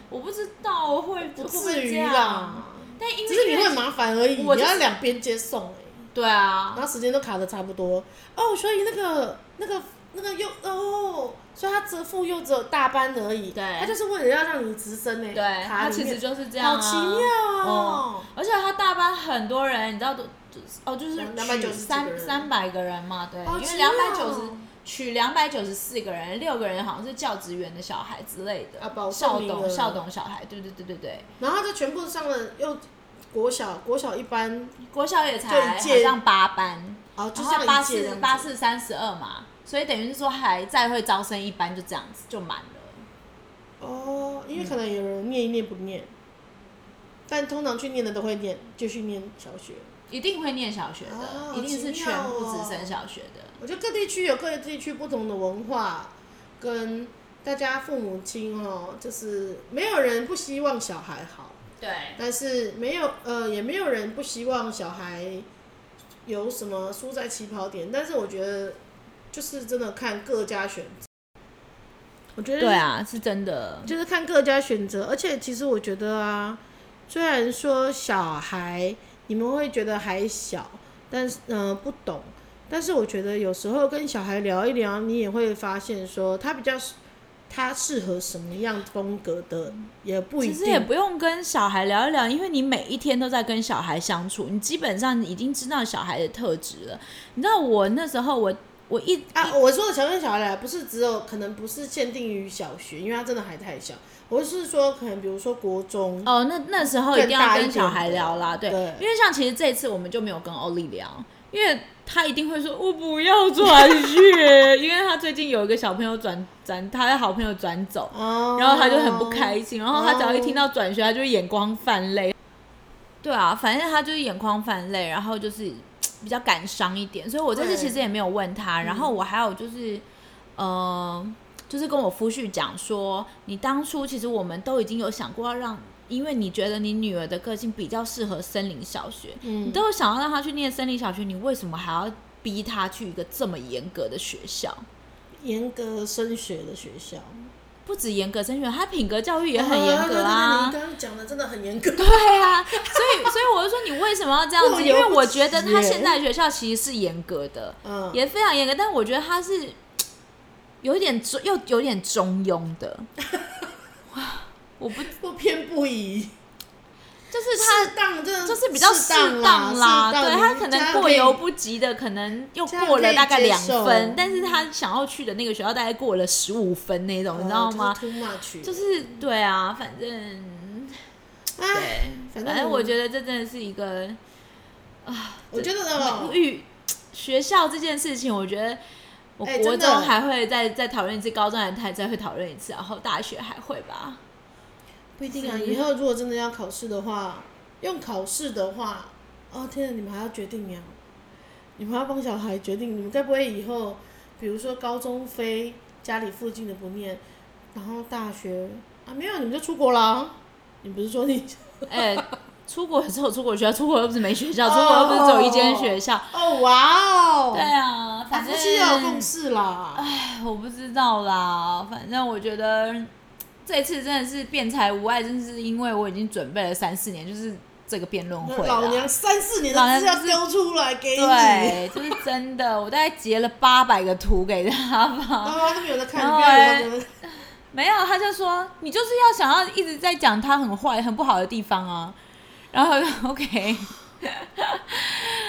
[SPEAKER 2] 我不知道会会
[SPEAKER 1] 不
[SPEAKER 2] 不
[SPEAKER 1] 至
[SPEAKER 2] 会这
[SPEAKER 1] 于
[SPEAKER 2] 样，
[SPEAKER 1] 啦，
[SPEAKER 2] 但因为
[SPEAKER 1] 只是你会
[SPEAKER 2] 因为
[SPEAKER 1] 麻烦而已，
[SPEAKER 2] 我
[SPEAKER 1] 你
[SPEAKER 2] 就
[SPEAKER 1] 要
[SPEAKER 2] 是
[SPEAKER 1] 两边接送欸
[SPEAKER 2] 对啊，
[SPEAKER 1] 然后时间都卡的差不多。哦，所以那个那个那个幼哦，所以他折负又只有大班而已。
[SPEAKER 2] 对
[SPEAKER 1] 他就是为了要让你直升呢。
[SPEAKER 2] 对，
[SPEAKER 1] 卡
[SPEAKER 2] 他
[SPEAKER 1] 里
[SPEAKER 2] 其
[SPEAKER 1] 面
[SPEAKER 2] 实就是这样、
[SPEAKER 1] 好
[SPEAKER 2] 啊，嗯
[SPEAKER 1] 奇妙哦。
[SPEAKER 2] 而且他大班很多人，你知道都就是哦，就是
[SPEAKER 1] 两290
[SPEAKER 2] 取
[SPEAKER 1] 几个
[SPEAKER 2] 三
[SPEAKER 1] 人
[SPEAKER 2] 三百个人嘛，对，
[SPEAKER 1] 好
[SPEAKER 2] 因
[SPEAKER 1] 奇
[SPEAKER 2] 为
[SPEAKER 1] 妙哦
[SPEAKER 2] 两百九十取两百九十四个人，六个人好像是教职员的小孩之类的，
[SPEAKER 1] 啊保
[SPEAKER 2] 校
[SPEAKER 1] 送名额
[SPEAKER 2] 董校董小孩，对对对对对，
[SPEAKER 1] 然后就全部上了又国小国小一班，
[SPEAKER 2] 国小也
[SPEAKER 1] 就
[SPEAKER 2] 才
[SPEAKER 1] 一
[SPEAKER 2] 好
[SPEAKER 1] 届
[SPEAKER 2] 像八班，
[SPEAKER 1] 哦，就
[SPEAKER 2] 然
[SPEAKER 1] 是
[SPEAKER 2] 后八
[SPEAKER 1] 要一届这
[SPEAKER 2] 四
[SPEAKER 1] 样子
[SPEAKER 2] 八四三十二嘛，所以等于是说还再会招生一班就这样子就满了，
[SPEAKER 1] 哦，
[SPEAKER 2] 嗯
[SPEAKER 1] 因为可能有人念一念不念，但通常去念的都会念，就去念小学。
[SPEAKER 2] 一定会念小学的，
[SPEAKER 1] 哦
[SPEAKER 2] 一定是
[SPEAKER 1] 奇
[SPEAKER 2] 全
[SPEAKER 1] 妙哦
[SPEAKER 2] 部直升小学的。
[SPEAKER 1] 我觉得各地区有各地区不同的文化，跟大家父母亲哦，就是没有人不希望小孩好，
[SPEAKER 2] 对，
[SPEAKER 1] 但是没有呃，也没有人不希望小孩有什么输在起跑点。但是我觉得，就是真的看各家选择。我觉得
[SPEAKER 2] 对啊，是真的。
[SPEAKER 1] 就是看各家选择，而且其实我觉得啊，虽然说小孩你们会觉得还小，但是嗯、呃不懂，但是我觉得有时候跟小孩聊一聊，你也会发现说他比较适他适合什么样风格的，也不一
[SPEAKER 2] 其实也
[SPEAKER 1] 定。
[SPEAKER 2] 不用跟小孩聊一聊，因为你每一天都在跟小孩相处，你基本上已经知道小孩的特质了。你知道我那时候我我一
[SPEAKER 1] 啊，我说的小跟小孩聊不是只有可能不是限定于小学，因为他真的还太小。我是说，可能比如说国中，
[SPEAKER 2] 哦，那那时候一定
[SPEAKER 1] 更
[SPEAKER 2] 要
[SPEAKER 1] 大一
[SPEAKER 2] 跟
[SPEAKER 1] 点
[SPEAKER 2] 小孩
[SPEAKER 1] 的
[SPEAKER 2] 聊啦，对，
[SPEAKER 1] 对
[SPEAKER 2] 因为像其实这一次我们就没有跟欧丽聊，因为他一定会说我不要转学， <laughs> 因为他最近有一个小朋友转转，他的好朋友转走，
[SPEAKER 1] 哦
[SPEAKER 2] 然后他就很不开心，然后他只要一听到转学，他就会眼光泛泪。哦对啊，反正他就是眼眶泛泪，然后就是比较感伤一点，所以我这次
[SPEAKER 1] 对
[SPEAKER 2] 其实也没有问他。然后我还有就是，呃，就是跟我夫婿讲说，你当初其实我们都已经有想过要让，因为你觉得你女儿的个性比较适合森林小学，你
[SPEAKER 1] 嗯，
[SPEAKER 2] 都有想要让她去念森林小学，你为什么还要逼她去一个这么严格的学校？
[SPEAKER 1] 严格升学的学校。
[SPEAKER 2] 不止严格升学，她品格
[SPEAKER 1] 哦
[SPEAKER 2] 教育也很严格啊。
[SPEAKER 1] 对对对对你刚刚讲的真的很严格。
[SPEAKER 2] 对啊，所以所以我就说你为什么要这样
[SPEAKER 1] 过 <laughs>
[SPEAKER 2] 子？
[SPEAKER 1] 犹
[SPEAKER 2] 因为
[SPEAKER 1] 不
[SPEAKER 2] 我觉得
[SPEAKER 1] 及
[SPEAKER 2] 他
[SPEAKER 1] 耶
[SPEAKER 2] 现在的学校其实是严格的，
[SPEAKER 1] 嗯，
[SPEAKER 2] 也非常严格，但我觉得他是有一点中又有点中庸
[SPEAKER 1] <laughs>
[SPEAKER 2] 的。哇，我不
[SPEAKER 1] 不偏不倚，
[SPEAKER 2] 就是
[SPEAKER 1] 适
[SPEAKER 2] 他。
[SPEAKER 1] 当真的
[SPEAKER 2] 就是比较适
[SPEAKER 1] 适当
[SPEAKER 2] 啦，
[SPEAKER 1] 适当
[SPEAKER 2] 对
[SPEAKER 1] 你
[SPEAKER 2] 他可
[SPEAKER 1] 这
[SPEAKER 2] 能
[SPEAKER 1] 样
[SPEAKER 2] 过
[SPEAKER 1] 可以
[SPEAKER 2] 犹不及的，可能又
[SPEAKER 1] 这样
[SPEAKER 2] 过
[SPEAKER 1] 可
[SPEAKER 2] 了
[SPEAKER 1] 以
[SPEAKER 2] 大概
[SPEAKER 1] 接
[SPEAKER 2] 两
[SPEAKER 1] 受嗯
[SPEAKER 2] 分，但是他想要去的那个学校大概过了十五分那种，你知道吗？
[SPEAKER 1] 哦就是、？too much，
[SPEAKER 2] 就是对啊，反正
[SPEAKER 1] 哎，
[SPEAKER 2] 对，
[SPEAKER 1] 反
[SPEAKER 2] 反
[SPEAKER 1] 正
[SPEAKER 2] 正
[SPEAKER 1] 我
[SPEAKER 2] 我觉得这真的是一个
[SPEAKER 1] 我觉得哦，
[SPEAKER 2] 育学校这件事情，我觉得我
[SPEAKER 1] 哎
[SPEAKER 2] 国
[SPEAKER 1] 真
[SPEAKER 2] 中
[SPEAKER 1] 的
[SPEAKER 2] 还会再再讨论一次，高中还还再会讨论一次，然后大学还会吧。
[SPEAKER 1] 不一定啊。
[SPEAKER 2] 是
[SPEAKER 1] 以后如果真的要考试的话，用考试的话，哦天啊，你们还要决定呀、你们还要帮小孩决定，你们该不会以后，比如说高中非家里附近的不念，然后大学啊没有，你们就出国啦。你不是说你
[SPEAKER 2] 哎、出国也是有出国学校，出国又不是没学校，出国又不是只有一间学校。
[SPEAKER 1] 哦哇哦，
[SPEAKER 2] 对啊，反
[SPEAKER 1] 夫
[SPEAKER 2] 正
[SPEAKER 1] 妻要有共识啦。
[SPEAKER 2] 哎我不知道啦，反正我觉得这次真的是辩才无碍，真是因为我已经准备了三四年，就是这个辩论会啦
[SPEAKER 1] 老娘三四年
[SPEAKER 2] 老
[SPEAKER 1] 的
[SPEAKER 2] 娘
[SPEAKER 1] 资料
[SPEAKER 2] 就是
[SPEAKER 1] 丢出来给你，然
[SPEAKER 2] 对，这是真的，我大概截了八百个图给他吧。
[SPEAKER 1] 后他都没有在看，你
[SPEAKER 2] 然
[SPEAKER 1] 不
[SPEAKER 2] 后
[SPEAKER 1] 要以为我
[SPEAKER 2] 没有，他就说你就是要想要一直在讲他很坏、很不好的地方啊。然后我就 <laughs> OK，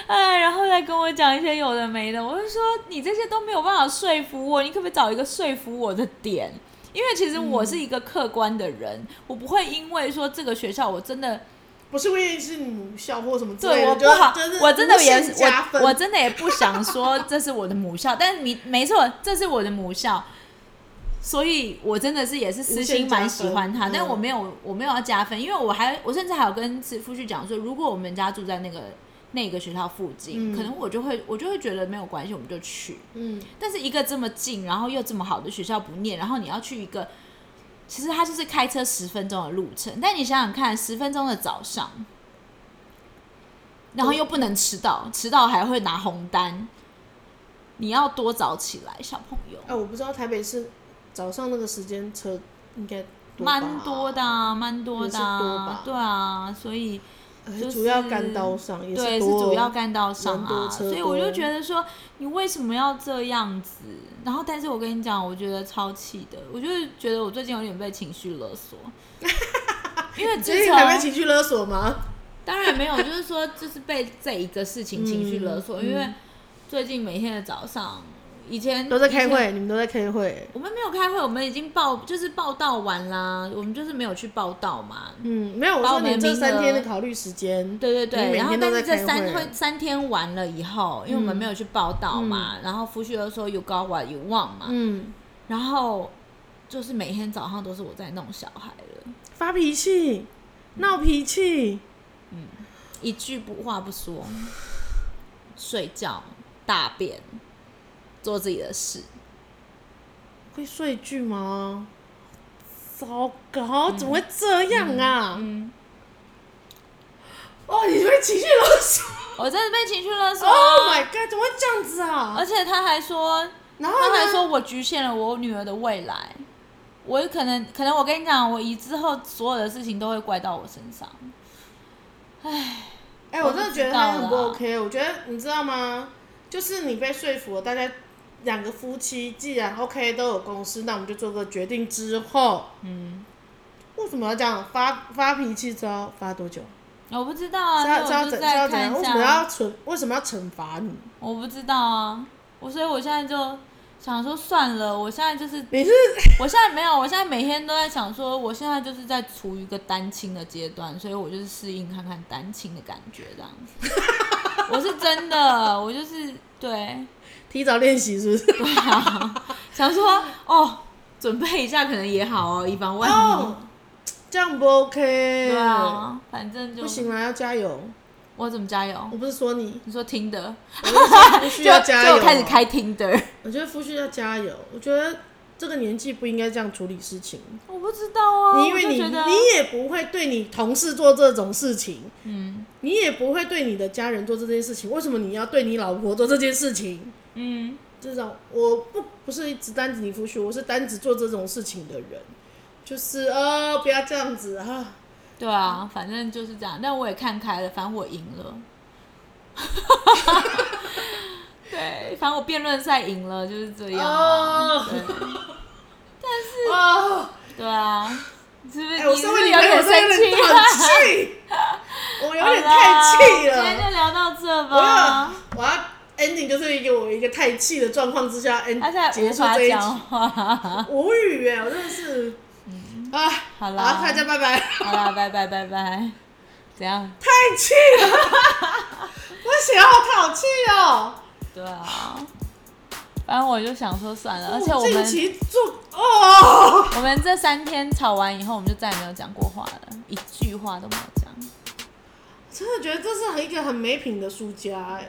[SPEAKER 2] 哎，然后再跟我讲一些有的没的，我就说你这些都没有办法说服我，你可不可以找一个说服我的点？因为其实我是一个客观的人，我不会因为说这个学校我真的
[SPEAKER 1] 不是为是母校或什么之类
[SPEAKER 2] 对
[SPEAKER 1] 的，
[SPEAKER 2] 我
[SPEAKER 1] 就
[SPEAKER 2] 不好
[SPEAKER 1] 是，
[SPEAKER 2] 我真的也
[SPEAKER 1] 无限
[SPEAKER 2] 是
[SPEAKER 1] 加
[SPEAKER 2] 我
[SPEAKER 1] 分
[SPEAKER 2] 我真的也不想说这是我的母校，但你没错，这是我的母校，所以我真的是也是私
[SPEAKER 1] 无限
[SPEAKER 2] 心
[SPEAKER 1] 加
[SPEAKER 2] 蛮喜欢他，
[SPEAKER 1] 分
[SPEAKER 2] 但
[SPEAKER 1] 嗯
[SPEAKER 2] 我没有我没有要加分，因为我还我甚至还有跟师夫去讲说，如果我们家住在那个那个学校附近，
[SPEAKER 1] 嗯
[SPEAKER 2] 可能我就会我就会觉得没有关系，我们就去。
[SPEAKER 1] 嗯，
[SPEAKER 2] 但是一个这么近，然后又这么好的学校不念，然后你要去一个，其实它就是开车十分钟的路程。但你想想看，十分钟的早上，然后又不能迟到，迟到还会拿红单，你要多早起来，小朋友，
[SPEAKER 1] 哎，我不知道台北市早上那个时间车应该多吧
[SPEAKER 2] 蛮多的、，啊，蛮多的、
[SPEAKER 1] 也是多吧
[SPEAKER 2] 啊，对啊，所以
[SPEAKER 1] 哎
[SPEAKER 2] 就是
[SPEAKER 1] 主要干道上也
[SPEAKER 2] 对，是
[SPEAKER 1] 多，
[SPEAKER 2] 主要干道上
[SPEAKER 1] 人多
[SPEAKER 2] 啊，
[SPEAKER 1] 车
[SPEAKER 2] 所以我就觉得说，你为什么要这样子？然后，但是我跟你讲，我觉得超气的，我就是觉得我最近有点被情绪
[SPEAKER 1] <laughs>
[SPEAKER 2] 勒索，因为
[SPEAKER 1] 最
[SPEAKER 2] 自
[SPEAKER 1] 近台北
[SPEAKER 2] 从
[SPEAKER 1] 情绪勒索吗？
[SPEAKER 2] 当然没有，就是说就是被这一个事情情绪勒索，
[SPEAKER 1] 嗯
[SPEAKER 2] 因为最近每天的早上，以前
[SPEAKER 1] 都在
[SPEAKER 2] 以
[SPEAKER 1] 开
[SPEAKER 2] 前
[SPEAKER 1] 会，你们都在开会，
[SPEAKER 2] 我们没有开会，我们已经报就是报道完啦，我们就是没有去报道嘛，
[SPEAKER 1] 嗯，没有，我
[SPEAKER 2] 把
[SPEAKER 1] 说
[SPEAKER 2] 我们
[SPEAKER 1] 你这
[SPEAKER 2] 名额
[SPEAKER 1] 三天的考虑时间，
[SPEAKER 2] 对对
[SPEAKER 1] 你
[SPEAKER 2] 对，
[SPEAKER 1] 每
[SPEAKER 2] 然后
[SPEAKER 1] 天都
[SPEAKER 2] 但是
[SPEAKER 1] 在
[SPEAKER 2] 这
[SPEAKER 1] 开
[SPEAKER 2] 三
[SPEAKER 1] 会
[SPEAKER 2] 会三天完了以后，因为我们没有去报道嘛，然后夫婿又说 you got what you want 嘛，
[SPEAKER 1] 嗯，
[SPEAKER 2] 然后就是每天早上都是我在弄小孩了，
[SPEAKER 1] 发脾气，闹脾气，
[SPEAKER 2] 一句不话不说，睡觉、大便，做自己的事，
[SPEAKER 1] 会睡剧吗？糟糕，怎么会这样啊？
[SPEAKER 2] 嗯，
[SPEAKER 1] 哦，你被情绪勒索
[SPEAKER 2] 我真的被情绪勒索啊，
[SPEAKER 1] ！Oh my god，怎么会这样子啊？
[SPEAKER 2] 而且他还说
[SPEAKER 1] 然后
[SPEAKER 2] 他还
[SPEAKER 1] 呢？
[SPEAKER 2] 说我局限了我女儿的未来，我可能可能我跟你讲，我以之后所有的事情都会怪到我身上。
[SPEAKER 1] 哎、我真的觉得他很不
[SPEAKER 2] 我不啊
[SPEAKER 1] OK。我觉得你知道吗？就是你被说服了，大家两个夫妻既然 OK 都有共识，那我们就做个决定之后，
[SPEAKER 2] 嗯，
[SPEAKER 1] 为什么要这样发发脾气？知道发多久？
[SPEAKER 2] 我不知道啊，
[SPEAKER 1] 是要是
[SPEAKER 2] 所
[SPEAKER 1] 要怎
[SPEAKER 2] 以我就是
[SPEAKER 1] 要
[SPEAKER 2] 再
[SPEAKER 1] 怎
[SPEAKER 2] 看
[SPEAKER 1] 样？为什
[SPEAKER 2] 一下
[SPEAKER 1] 么要
[SPEAKER 2] 啊。
[SPEAKER 1] 惩为什么要惩罚你？
[SPEAKER 2] 我不知道啊，我所以我现在就想说算了，我现在就是
[SPEAKER 1] 你是
[SPEAKER 2] 我现在没有，我现在每天都在想说，我现在就是在处于一个单亲的阶段，所以我就是适应看看单亲的感觉这样子。我是真的，我就是对
[SPEAKER 1] 提早练习是不是？
[SPEAKER 2] 对啊，想说哦，准备一下可能也好哦，以防万一。
[SPEAKER 1] 哦， <laughs> 这样不 OK。
[SPEAKER 2] 对，啊，反正就
[SPEAKER 1] 不行啦，要加油。
[SPEAKER 2] 我怎么加油
[SPEAKER 1] 我？不是说
[SPEAKER 2] <laughs>
[SPEAKER 1] 你，
[SPEAKER 2] 你说听的，
[SPEAKER 1] 我是说夫婿
[SPEAKER 2] 就
[SPEAKER 1] 要加油。啊
[SPEAKER 2] 就开始，开听的。
[SPEAKER 1] 我觉得夫婿要加油。我觉得这个年纪不应该这样处理事情。
[SPEAKER 2] 我不知道啊，
[SPEAKER 1] 你因为
[SPEAKER 2] 我
[SPEAKER 1] 你
[SPEAKER 2] 就觉得
[SPEAKER 1] 你也不会对你同事做这种事情，
[SPEAKER 2] 嗯
[SPEAKER 1] 你也不会对你的家人做这件事情，为什么你要对你老婆做这件事情？
[SPEAKER 2] 嗯，
[SPEAKER 1] 这种我不不是只单指你夫婿，我是单指做这种事情的人，就是呃不要这样子啊，
[SPEAKER 2] 对啊，反正就是这样。但我也看开了，反正我赢了。 <laughs> 对，反正我辩论赛赢了，就是这样啊、
[SPEAKER 1] 哦 <laughs>
[SPEAKER 2] 对
[SPEAKER 1] 哦，
[SPEAKER 2] 对啊，是不是？
[SPEAKER 1] 哎、我
[SPEAKER 2] 你是
[SPEAKER 1] 身
[SPEAKER 2] 不
[SPEAKER 1] 为
[SPEAKER 2] 是
[SPEAKER 1] 女
[SPEAKER 2] 有
[SPEAKER 1] 朋友，
[SPEAKER 2] 点
[SPEAKER 1] 我真的
[SPEAKER 2] 生
[SPEAKER 1] 有点很
[SPEAKER 2] 气？
[SPEAKER 1] 气，我有
[SPEAKER 2] 好
[SPEAKER 1] 点
[SPEAKER 2] 啦哦
[SPEAKER 1] 太
[SPEAKER 2] <laughs>
[SPEAKER 1] 气
[SPEAKER 2] 今天
[SPEAKER 1] 了，
[SPEAKER 2] 就聊到这
[SPEAKER 1] 我要
[SPEAKER 2] 吧。
[SPEAKER 1] 我要 ending 就是一个我一个太气的状况之下
[SPEAKER 2] 他
[SPEAKER 1] end
[SPEAKER 2] 现在
[SPEAKER 1] 结
[SPEAKER 2] 无
[SPEAKER 1] 束
[SPEAKER 2] 法
[SPEAKER 1] 这一
[SPEAKER 2] 讲
[SPEAKER 1] 集。
[SPEAKER 2] 话。
[SPEAKER 1] 无语哎，我真的是，啊，
[SPEAKER 2] 嗯好啦
[SPEAKER 1] 大家拜拜，
[SPEAKER 2] <laughs>
[SPEAKER 1] <laughs>
[SPEAKER 2] 好啦，拜拜拜拜。怎样？
[SPEAKER 1] 太气了，不行，好讨气哦，
[SPEAKER 2] 对啊，反正我就想说算了，而且
[SPEAKER 1] 我
[SPEAKER 2] 我
[SPEAKER 1] 近
[SPEAKER 2] 们
[SPEAKER 1] 期做哦，
[SPEAKER 2] 我们这三天吵完以后，我们就再也没有讲过话了，一句话都没有讲。
[SPEAKER 1] 真的觉得这是很一个很没品的输家哎，